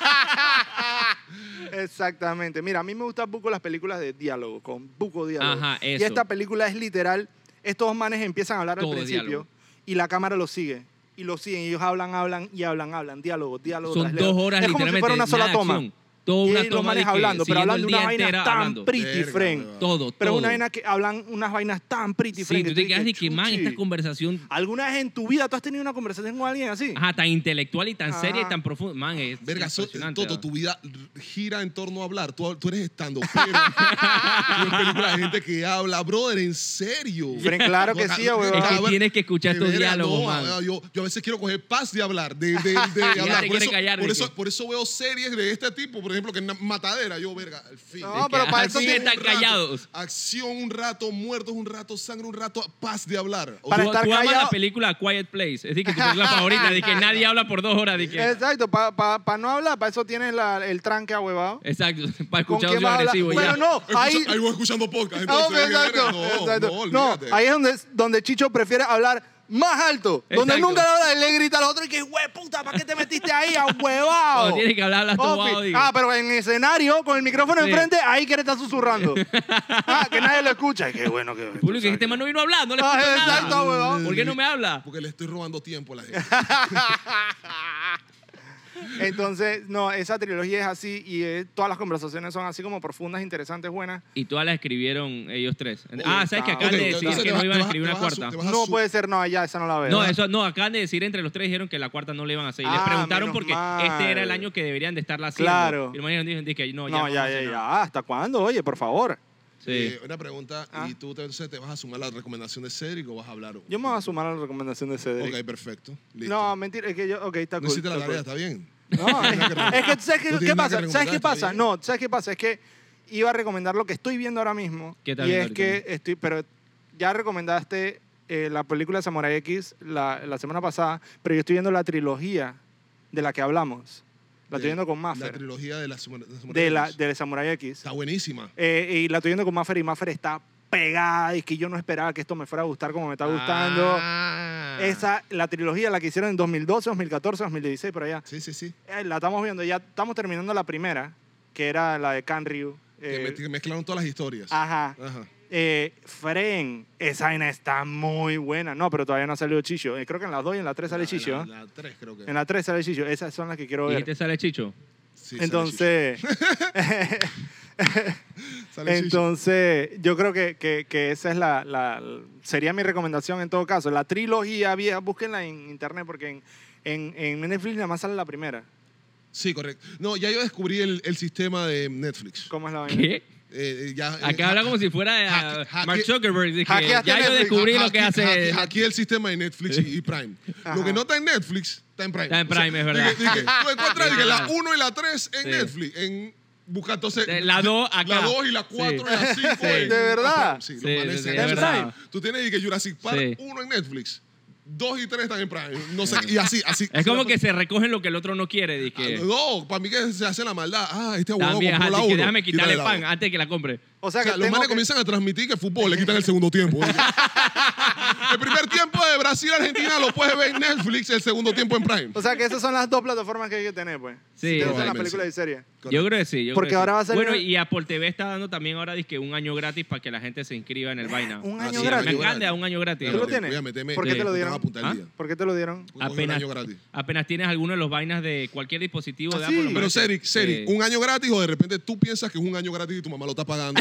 [SPEAKER 2] Exactamente. Mira, a mí me gusta Buco las películas de diálogo, con Buco diálogo.
[SPEAKER 3] Ajá,
[SPEAKER 2] Y
[SPEAKER 3] eso.
[SPEAKER 2] esta película es literal, estos dos manes empiezan a hablar al
[SPEAKER 3] Todo
[SPEAKER 2] principio
[SPEAKER 3] diálogo.
[SPEAKER 2] y la cámara los sigue. Y los siguen, y ellos hablan, hablan y hablan, hablan, diálogo, diálogo.
[SPEAKER 3] son
[SPEAKER 2] tras
[SPEAKER 3] dos
[SPEAKER 2] diálogo.
[SPEAKER 3] horas
[SPEAKER 2] Es como si
[SPEAKER 3] literalmente
[SPEAKER 2] fuera una
[SPEAKER 3] de
[SPEAKER 2] sola
[SPEAKER 3] nada de
[SPEAKER 2] toma.
[SPEAKER 3] acción. Toda
[SPEAKER 2] y
[SPEAKER 3] una
[SPEAKER 2] ahí
[SPEAKER 3] toma
[SPEAKER 2] los manes
[SPEAKER 3] de que
[SPEAKER 2] hablando, pero
[SPEAKER 3] siguiendo
[SPEAKER 2] hablando
[SPEAKER 3] el
[SPEAKER 2] de una
[SPEAKER 3] día
[SPEAKER 2] vaina
[SPEAKER 3] entero
[SPEAKER 2] tan
[SPEAKER 3] hablando.
[SPEAKER 2] pretty
[SPEAKER 1] Verga,
[SPEAKER 2] friend.
[SPEAKER 1] weón.
[SPEAKER 3] Todo,
[SPEAKER 2] Pero
[SPEAKER 3] todo.
[SPEAKER 2] una vaina que hablan unas vainas tan pretty
[SPEAKER 3] Sí,
[SPEAKER 2] friend.
[SPEAKER 3] tú
[SPEAKER 2] tú
[SPEAKER 3] te quedas de
[SPEAKER 2] dices,
[SPEAKER 3] que, man,
[SPEAKER 2] "Chuchi".
[SPEAKER 3] esta conversación
[SPEAKER 2] ¿Alguna vez en tu vida tú has tenido una conversación con alguien así?
[SPEAKER 3] ajá, tan intelectual y tan seria y
[SPEAKER 2] Ajá.
[SPEAKER 3] tan profunda. Man, es
[SPEAKER 1] Verga, so-
[SPEAKER 3] impresionante.
[SPEAKER 1] Toto,
[SPEAKER 3] ¿ah?
[SPEAKER 1] tu vida gira en torno a hablar. Tú, tú eres estando pero. Tú ves películas de gente que habla, brother, en serio.
[SPEAKER 2] Fren, claro que sí, weón.
[SPEAKER 3] Es que
[SPEAKER 1] Cabrón,
[SPEAKER 3] tienes que escuchar
[SPEAKER 1] de
[SPEAKER 3] estos
[SPEAKER 1] verga,
[SPEAKER 3] diálogos,
[SPEAKER 1] no,
[SPEAKER 3] man.
[SPEAKER 1] ah, Yo, yo a veces quiero coger paz de hablar, de, de- de hablar.
[SPEAKER 3] te
[SPEAKER 1] Por
[SPEAKER 3] quieres
[SPEAKER 1] eso,
[SPEAKER 3] callar,
[SPEAKER 1] por,
[SPEAKER 3] Ricky.
[SPEAKER 1] eso, por eso veo series de este tipo, por ejemplo, que en Na- Matadera, yo, verga, al fin.
[SPEAKER 2] No, pero para eso
[SPEAKER 3] así
[SPEAKER 2] tiene
[SPEAKER 3] están
[SPEAKER 1] un rato,
[SPEAKER 3] callados.
[SPEAKER 1] Acción un rato, muertos un rato, sangre un rato, paz de hablar. O
[SPEAKER 2] Para
[SPEAKER 3] tú,
[SPEAKER 2] estar
[SPEAKER 3] tú amas
[SPEAKER 2] callado-
[SPEAKER 3] la película Quiet Place. Es decir, que tu película favorita. De que nadie habla por dos horas. De que,
[SPEAKER 2] Exacto, para no hablar, para eso tienes la- el tranque ahuevado.
[SPEAKER 3] exacto. Para
[SPEAKER 2] ¿Con
[SPEAKER 3] escuchar
[SPEAKER 2] quién
[SPEAKER 3] un
[SPEAKER 2] vas a hablar?
[SPEAKER 3] agresivo. y
[SPEAKER 2] Pero
[SPEAKER 3] ya.
[SPEAKER 2] no,
[SPEAKER 1] Escucha-
[SPEAKER 2] ahí...
[SPEAKER 1] ahí voy escuchando podcast.
[SPEAKER 2] Ah, ok,
[SPEAKER 1] entonces, verga,
[SPEAKER 2] exacto,
[SPEAKER 1] no,
[SPEAKER 2] exacto.
[SPEAKER 1] No,
[SPEAKER 2] No,
[SPEAKER 1] olvídate.
[SPEAKER 2] ahí es donde, donde Chicho prefiere hablar más alto. Donde
[SPEAKER 3] Exacto.
[SPEAKER 2] nunca le habla, él le grita al otro y que, güey, puta, ¿para qué te metiste ahí, ahuevado?
[SPEAKER 3] Cuando tienes que hablar, hablas tú,
[SPEAKER 2] Ofi.
[SPEAKER 3] wow, digo.
[SPEAKER 2] Ah, pero en el escenario, con el micrófono
[SPEAKER 3] Sí.
[SPEAKER 2] enfrente, ahí que le está susurrando. ah, que nadie lo escucha. Y Qué bueno que...
[SPEAKER 3] Público, que este man no vino a hablar. No le
[SPEAKER 2] Ah,
[SPEAKER 3] escucho nada.
[SPEAKER 2] exacto, huevón.
[SPEAKER 3] ¿Por qué no me habla?
[SPEAKER 1] Porque le estoy robando tiempo a la gente.
[SPEAKER 2] Entonces, no, esa trilogía es así y eh, todas las conversaciones son así como profundas, interesantes, buenas.
[SPEAKER 3] Y todas las escribieron ellos tres. Ah, ¿sabes que
[SPEAKER 2] está.
[SPEAKER 3] acaban
[SPEAKER 1] Ok,
[SPEAKER 3] de decir
[SPEAKER 1] entonces
[SPEAKER 3] que
[SPEAKER 1] te
[SPEAKER 3] no
[SPEAKER 1] vas-
[SPEAKER 3] iban
[SPEAKER 1] te
[SPEAKER 3] a
[SPEAKER 1] vas-
[SPEAKER 3] escribir
[SPEAKER 1] te
[SPEAKER 3] una
[SPEAKER 1] vas a su-
[SPEAKER 3] cuarta?
[SPEAKER 1] te vas a
[SPEAKER 2] No
[SPEAKER 1] su-
[SPEAKER 2] puede ser, no, ya esa no la veo.
[SPEAKER 3] No, eso, no, acaban de decir entre los tres dijeron que la cuarta no le iban a hacer. Y les
[SPEAKER 2] Ah,
[SPEAKER 3] preguntaron
[SPEAKER 2] menos
[SPEAKER 3] porque
[SPEAKER 2] mal.
[SPEAKER 3] este era el año que deberían de estarla haciendo.
[SPEAKER 2] Claro.
[SPEAKER 3] Y los manes dijeron que no, ya.
[SPEAKER 2] No,
[SPEAKER 3] no
[SPEAKER 2] ya,
[SPEAKER 3] vamos a
[SPEAKER 2] ya,
[SPEAKER 3] hacer
[SPEAKER 2] ya.
[SPEAKER 3] nada.
[SPEAKER 2] ¿Hasta cuándo? Oye, por favor.
[SPEAKER 3] Sí.
[SPEAKER 1] Eh, una pregunta,
[SPEAKER 2] Ah.
[SPEAKER 1] ¿y tú te, entonces, te vas a sumar a la recomendación de Cedric o vas a hablar?
[SPEAKER 2] Yo me voy a sumar a la recomendación de Cedric.
[SPEAKER 1] Ok, perfecto. Listo.
[SPEAKER 2] no, mentira, es que yo, ok, está
[SPEAKER 1] No
[SPEAKER 2] cool.
[SPEAKER 1] hiciste la
[SPEAKER 2] está
[SPEAKER 1] tarea,
[SPEAKER 2] cool.
[SPEAKER 1] está bien.
[SPEAKER 2] No, es, es que, ¿sabes qué,
[SPEAKER 1] No tiene
[SPEAKER 2] qué
[SPEAKER 1] nada que
[SPEAKER 2] pasa?
[SPEAKER 1] recomendar,
[SPEAKER 2] ¿Sabes qué
[SPEAKER 1] está
[SPEAKER 2] pasa?
[SPEAKER 1] bien.
[SPEAKER 2] No, ¿sabes qué pasa? Es que iba a recomendar lo que estoy viendo ahora mismo.
[SPEAKER 3] ¿Qué estás
[SPEAKER 2] y
[SPEAKER 3] viendo
[SPEAKER 2] es que estoy, pero ya recomendaste eh, la película Samurai X la, la semana pasada, pero yo estoy viendo la trilogía de la que hablamos. La estoy
[SPEAKER 1] De-
[SPEAKER 2] viendo con
[SPEAKER 1] La
[SPEAKER 2] Maffer.
[SPEAKER 1] trilogía de la, Samurai-
[SPEAKER 2] De la
[SPEAKER 1] Samurai X.
[SPEAKER 2] de Samurai X.
[SPEAKER 1] Está buenísima.
[SPEAKER 2] Eh, y la estoy viendo con Maffer y Maffer está pegada y que yo no esperaba que esto me fuera a gustar como me está gustando.
[SPEAKER 3] Ah.
[SPEAKER 2] Esa, la trilogía, la que hicieron en 2012, 2014, 2016, por allá.
[SPEAKER 1] Sí, sí, sí.
[SPEAKER 2] Eh, La estamos viendo, ya estamos terminando la primera, que era la de Canryu.
[SPEAKER 1] que
[SPEAKER 2] Eh,
[SPEAKER 1] mezcl- mezclaron todas las historias.
[SPEAKER 3] ah,
[SPEAKER 2] Ajá.
[SPEAKER 1] Ajá.
[SPEAKER 2] Eh, Fren, esa vaina está muy buena. No, pero todavía no ha salido Chicho. Eh, creo que en las 2 y en las 3 sale
[SPEAKER 1] La-
[SPEAKER 2] Chicho.
[SPEAKER 1] La,
[SPEAKER 2] ¿eh?
[SPEAKER 1] la tres, creo que.
[SPEAKER 2] En las 3 sale Chicho. Esas son las que quiero
[SPEAKER 3] ¿Y
[SPEAKER 2] ver.
[SPEAKER 3] te sale Chicho?
[SPEAKER 1] Sí, sale
[SPEAKER 2] Entonces,
[SPEAKER 1] Chicho. Sale Chicho.
[SPEAKER 2] entonces yo creo que, que- que esa es la, la- sería mi recomendación en todo caso. La trilogía, vieja, búsquenla en internet porque en, en, en Netflix nada más sale la primera.
[SPEAKER 1] Sí, correcto. No, ya yo descubrí el, el sistema de Netflix.
[SPEAKER 2] ¿Cómo es la vaina?
[SPEAKER 3] ¿Qué?
[SPEAKER 1] Eh, eh, ya, eh,
[SPEAKER 3] Acá habla como si fuera
[SPEAKER 1] Hacke-
[SPEAKER 3] de, ah,
[SPEAKER 1] hacke-
[SPEAKER 3] Mark Zuckerberg. de que
[SPEAKER 2] hackeaste
[SPEAKER 3] ya yo
[SPEAKER 2] Netflix.
[SPEAKER 3] descubrí lo
[SPEAKER 1] Hacke-
[SPEAKER 3] que hace.
[SPEAKER 1] hacke- hackeé el sistema de Netflix y, y Prime.
[SPEAKER 2] Ajá.
[SPEAKER 1] Lo que no está en Netflix, está en Prime.
[SPEAKER 3] Está en Prime, es verdad.
[SPEAKER 1] dije- dije, tú encuentras
[SPEAKER 3] Sí,
[SPEAKER 1] dije, la
[SPEAKER 3] verdad.
[SPEAKER 1] 1 y la 3 en
[SPEAKER 3] Sí.
[SPEAKER 1] Netflix. En, busca entonces.
[SPEAKER 3] De- la dos acá.
[SPEAKER 1] La 2 y la 4
[SPEAKER 3] Sí.
[SPEAKER 1] y la 5.
[SPEAKER 3] Sí.
[SPEAKER 1] en-
[SPEAKER 2] ¿De verdad?
[SPEAKER 1] Sí,
[SPEAKER 3] Sí,
[SPEAKER 1] los manes
[SPEAKER 3] sí,
[SPEAKER 1] en
[SPEAKER 3] sí,
[SPEAKER 2] de
[SPEAKER 1] Prime.
[SPEAKER 2] verdad.
[SPEAKER 1] Tú tienes dije, Jurassic
[SPEAKER 3] Sí.
[SPEAKER 1] Park 1 en Netflix. 2 y 3 están en Prime. No sé, y así, así.
[SPEAKER 3] Es como que se recogen lo que el otro no quiere.
[SPEAKER 1] Ah,
[SPEAKER 3] Dije.
[SPEAKER 1] No, para mí que se hace la maldad. Ah, este abogado
[SPEAKER 3] También,
[SPEAKER 1] compró
[SPEAKER 3] ajá,
[SPEAKER 1] la
[SPEAKER 3] dije,
[SPEAKER 1] 1.
[SPEAKER 3] déjame quitarle el pan Ah, antes de que la compre.
[SPEAKER 2] O sea
[SPEAKER 1] O
[SPEAKER 2] que
[SPEAKER 1] sea, los
[SPEAKER 2] tengo
[SPEAKER 1] manes
[SPEAKER 2] que-
[SPEAKER 1] comienzan a transmitir que el fútbol le quitan el segundo tiempo. el primer tiempo de Brasil-Argentina lo puedes ver en Netflix, el segundo tiempo en Prime.
[SPEAKER 2] o sea que esas son las dos plataformas que hay que tener, pues.
[SPEAKER 3] Sí,
[SPEAKER 2] si te gustan las
[SPEAKER 1] probablemente,
[SPEAKER 2] películas
[SPEAKER 1] sí.
[SPEAKER 2] y series.
[SPEAKER 3] Yo creo que sí. yo
[SPEAKER 2] Porque
[SPEAKER 3] creo que
[SPEAKER 2] ahora
[SPEAKER 3] sí.
[SPEAKER 2] va a salir
[SPEAKER 3] Bueno,
[SPEAKER 2] una-
[SPEAKER 3] y Apple TV está dando también ahora dizque un año gratis para que la gente se inscriba en el vaina.
[SPEAKER 2] Un
[SPEAKER 1] Ah,
[SPEAKER 2] año
[SPEAKER 1] sí,
[SPEAKER 2] gratis.
[SPEAKER 3] Me
[SPEAKER 1] año
[SPEAKER 3] encanta, un año gratis.
[SPEAKER 2] ¿Tú lo
[SPEAKER 1] Voy a
[SPEAKER 2] tienes?
[SPEAKER 1] meterme-
[SPEAKER 2] ¿Por qué
[SPEAKER 1] sí,
[SPEAKER 2] te lo
[SPEAKER 1] voy a
[SPEAKER 2] dieron?
[SPEAKER 1] apuntar
[SPEAKER 3] ¿Ah?
[SPEAKER 1] el día.
[SPEAKER 2] ¿Por qué te lo dieron?
[SPEAKER 1] Voy a coger un
[SPEAKER 3] Apenas,
[SPEAKER 1] año gratis.
[SPEAKER 3] apenas tienes alguno de los vainas de cualquier dispositivo de
[SPEAKER 2] Ah,
[SPEAKER 3] Apple. eh,
[SPEAKER 2] sí.
[SPEAKER 3] lo
[SPEAKER 1] Pero,
[SPEAKER 3] metes.
[SPEAKER 1] Cedric, Cedric,
[SPEAKER 3] Sí.
[SPEAKER 1] un año gratis o de repente tú piensas que es un año gratis y tu mamá lo está pagando.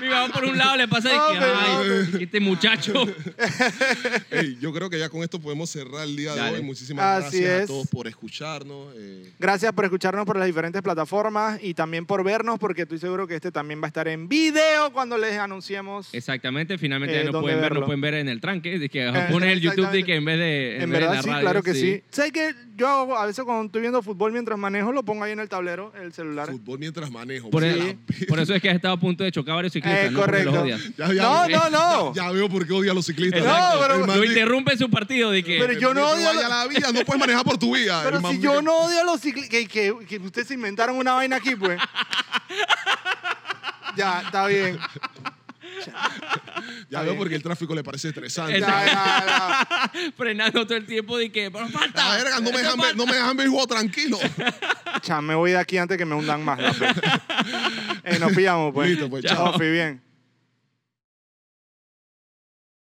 [SPEAKER 3] Mi mamá ah, por un lado le pasa de que,
[SPEAKER 2] Ah, Hombre,
[SPEAKER 3] ay,
[SPEAKER 2] hombre.
[SPEAKER 3] este muchacho.
[SPEAKER 1] Ey, yo creo que ya con esto podemos cerrar el día de
[SPEAKER 3] Dale.
[SPEAKER 1] hoy. Muchísimas
[SPEAKER 2] Así
[SPEAKER 1] gracias
[SPEAKER 2] es.
[SPEAKER 1] a todos por escucharnos. eh.
[SPEAKER 2] Gracias por escucharnos por las diferentes plataformas y también por vernos, porque estoy seguro que este también va a estar en video cuando les anunciemos.
[SPEAKER 3] Exactamente, finalmente
[SPEAKER 2] Eh,
[SPEAKER 3] ya no
[SPEAKER 2] ¿dónde
[SPEAKER 3] pueden ver, no
[SPEAKER 2] verlo?
[SPEAKER 3] pueden ver en el tranque. De que
[SPEAKER 2] Eh,
[SPEAKER 3] pones el YouTube
[SPEAKER 2] exactamente.
[SPEAKER 3] de que en vez de.
[SPEAKER 2] en
[SPEAKER 3] vez de
[SPEAKER 2] verdad,
[SPEAKER 3] la
[SPEAKER 2] sí,
[SPEAKER 3] radio,
[SPEAKER 2] claro que sí. Sé que yo hago- a veces cuando estoy viendo fútbol mientras manejo, lo pongo ahí en el tablero, el celular.
[SPEAKER 1] Fútbol mientras manejo.
[SPEAKER 3] Por,
[SPEAKER 1] mira
[SPEAKER 3] el-
[SPEAKER 1] la-
[SPEAKER 3] por eso es que has estado a punto de chocar varios ciclistas.
[SPEAKER 2] Eh,
[SPEAKER 3] no Porque los
[SPEAKER 2] correcto.
[SPEAKER 3] odias.
[SPEAKER 1] Ya- ya
[SPEAKER 2] No,
[SPEAKER 1] veo-
[SPEAKER 2] no, no.
[SPEAKER 1] Ya, ya veo por qué odia a los ciclistas.
[SPEAKER 2] Exacto. No, pero-
[SPEAKER 1] El man
[SPEAKER 3] Lo
[SPEAKER 1] dice,
[SPEAKER 3] interrumpe en su partido de que.
[SPEAKER 2] Pero yo no
[SPEAKER 1] "Maldito,
[SPEAKER 2] odio a
[SPEAKER 1] vaya
[SPEAKER 2] los-
[SPEAKER 1] la vía, no puedes manejar por tu vida.
[SPEAKER 2] Pero
[SPEAKER 1] El man
[SPEAKER 2] si
[SPEAKER 1] dice,
[SPEAKER 2] yo no odio a los ciclistas, que, que- que ustedes se inventaron una vaina aquí, pues. ya, está bien.
[SPEAKER 1] Ya veo porque el tráfico le parece estresante.
[SPEAKER 2] Ya,
[SPEAKER 3] Exacto.
[SPEAKER 2] ya, ya.
[SPEAKER 3] frenando todo el tiempo de que. ¡Pero falta!
[SPEAKER 1] La Ah, verga, no me dejan ver, no me dejan ver el juego tranquilo.
[SPEAKER 2] Cha, me voy de aquí antes que me hundan más. la pe- Eh, nos pillamos, pues.
[SPEAKER 1] Listo, pues, chao.
[SPEAKER 2] Ofi, bien.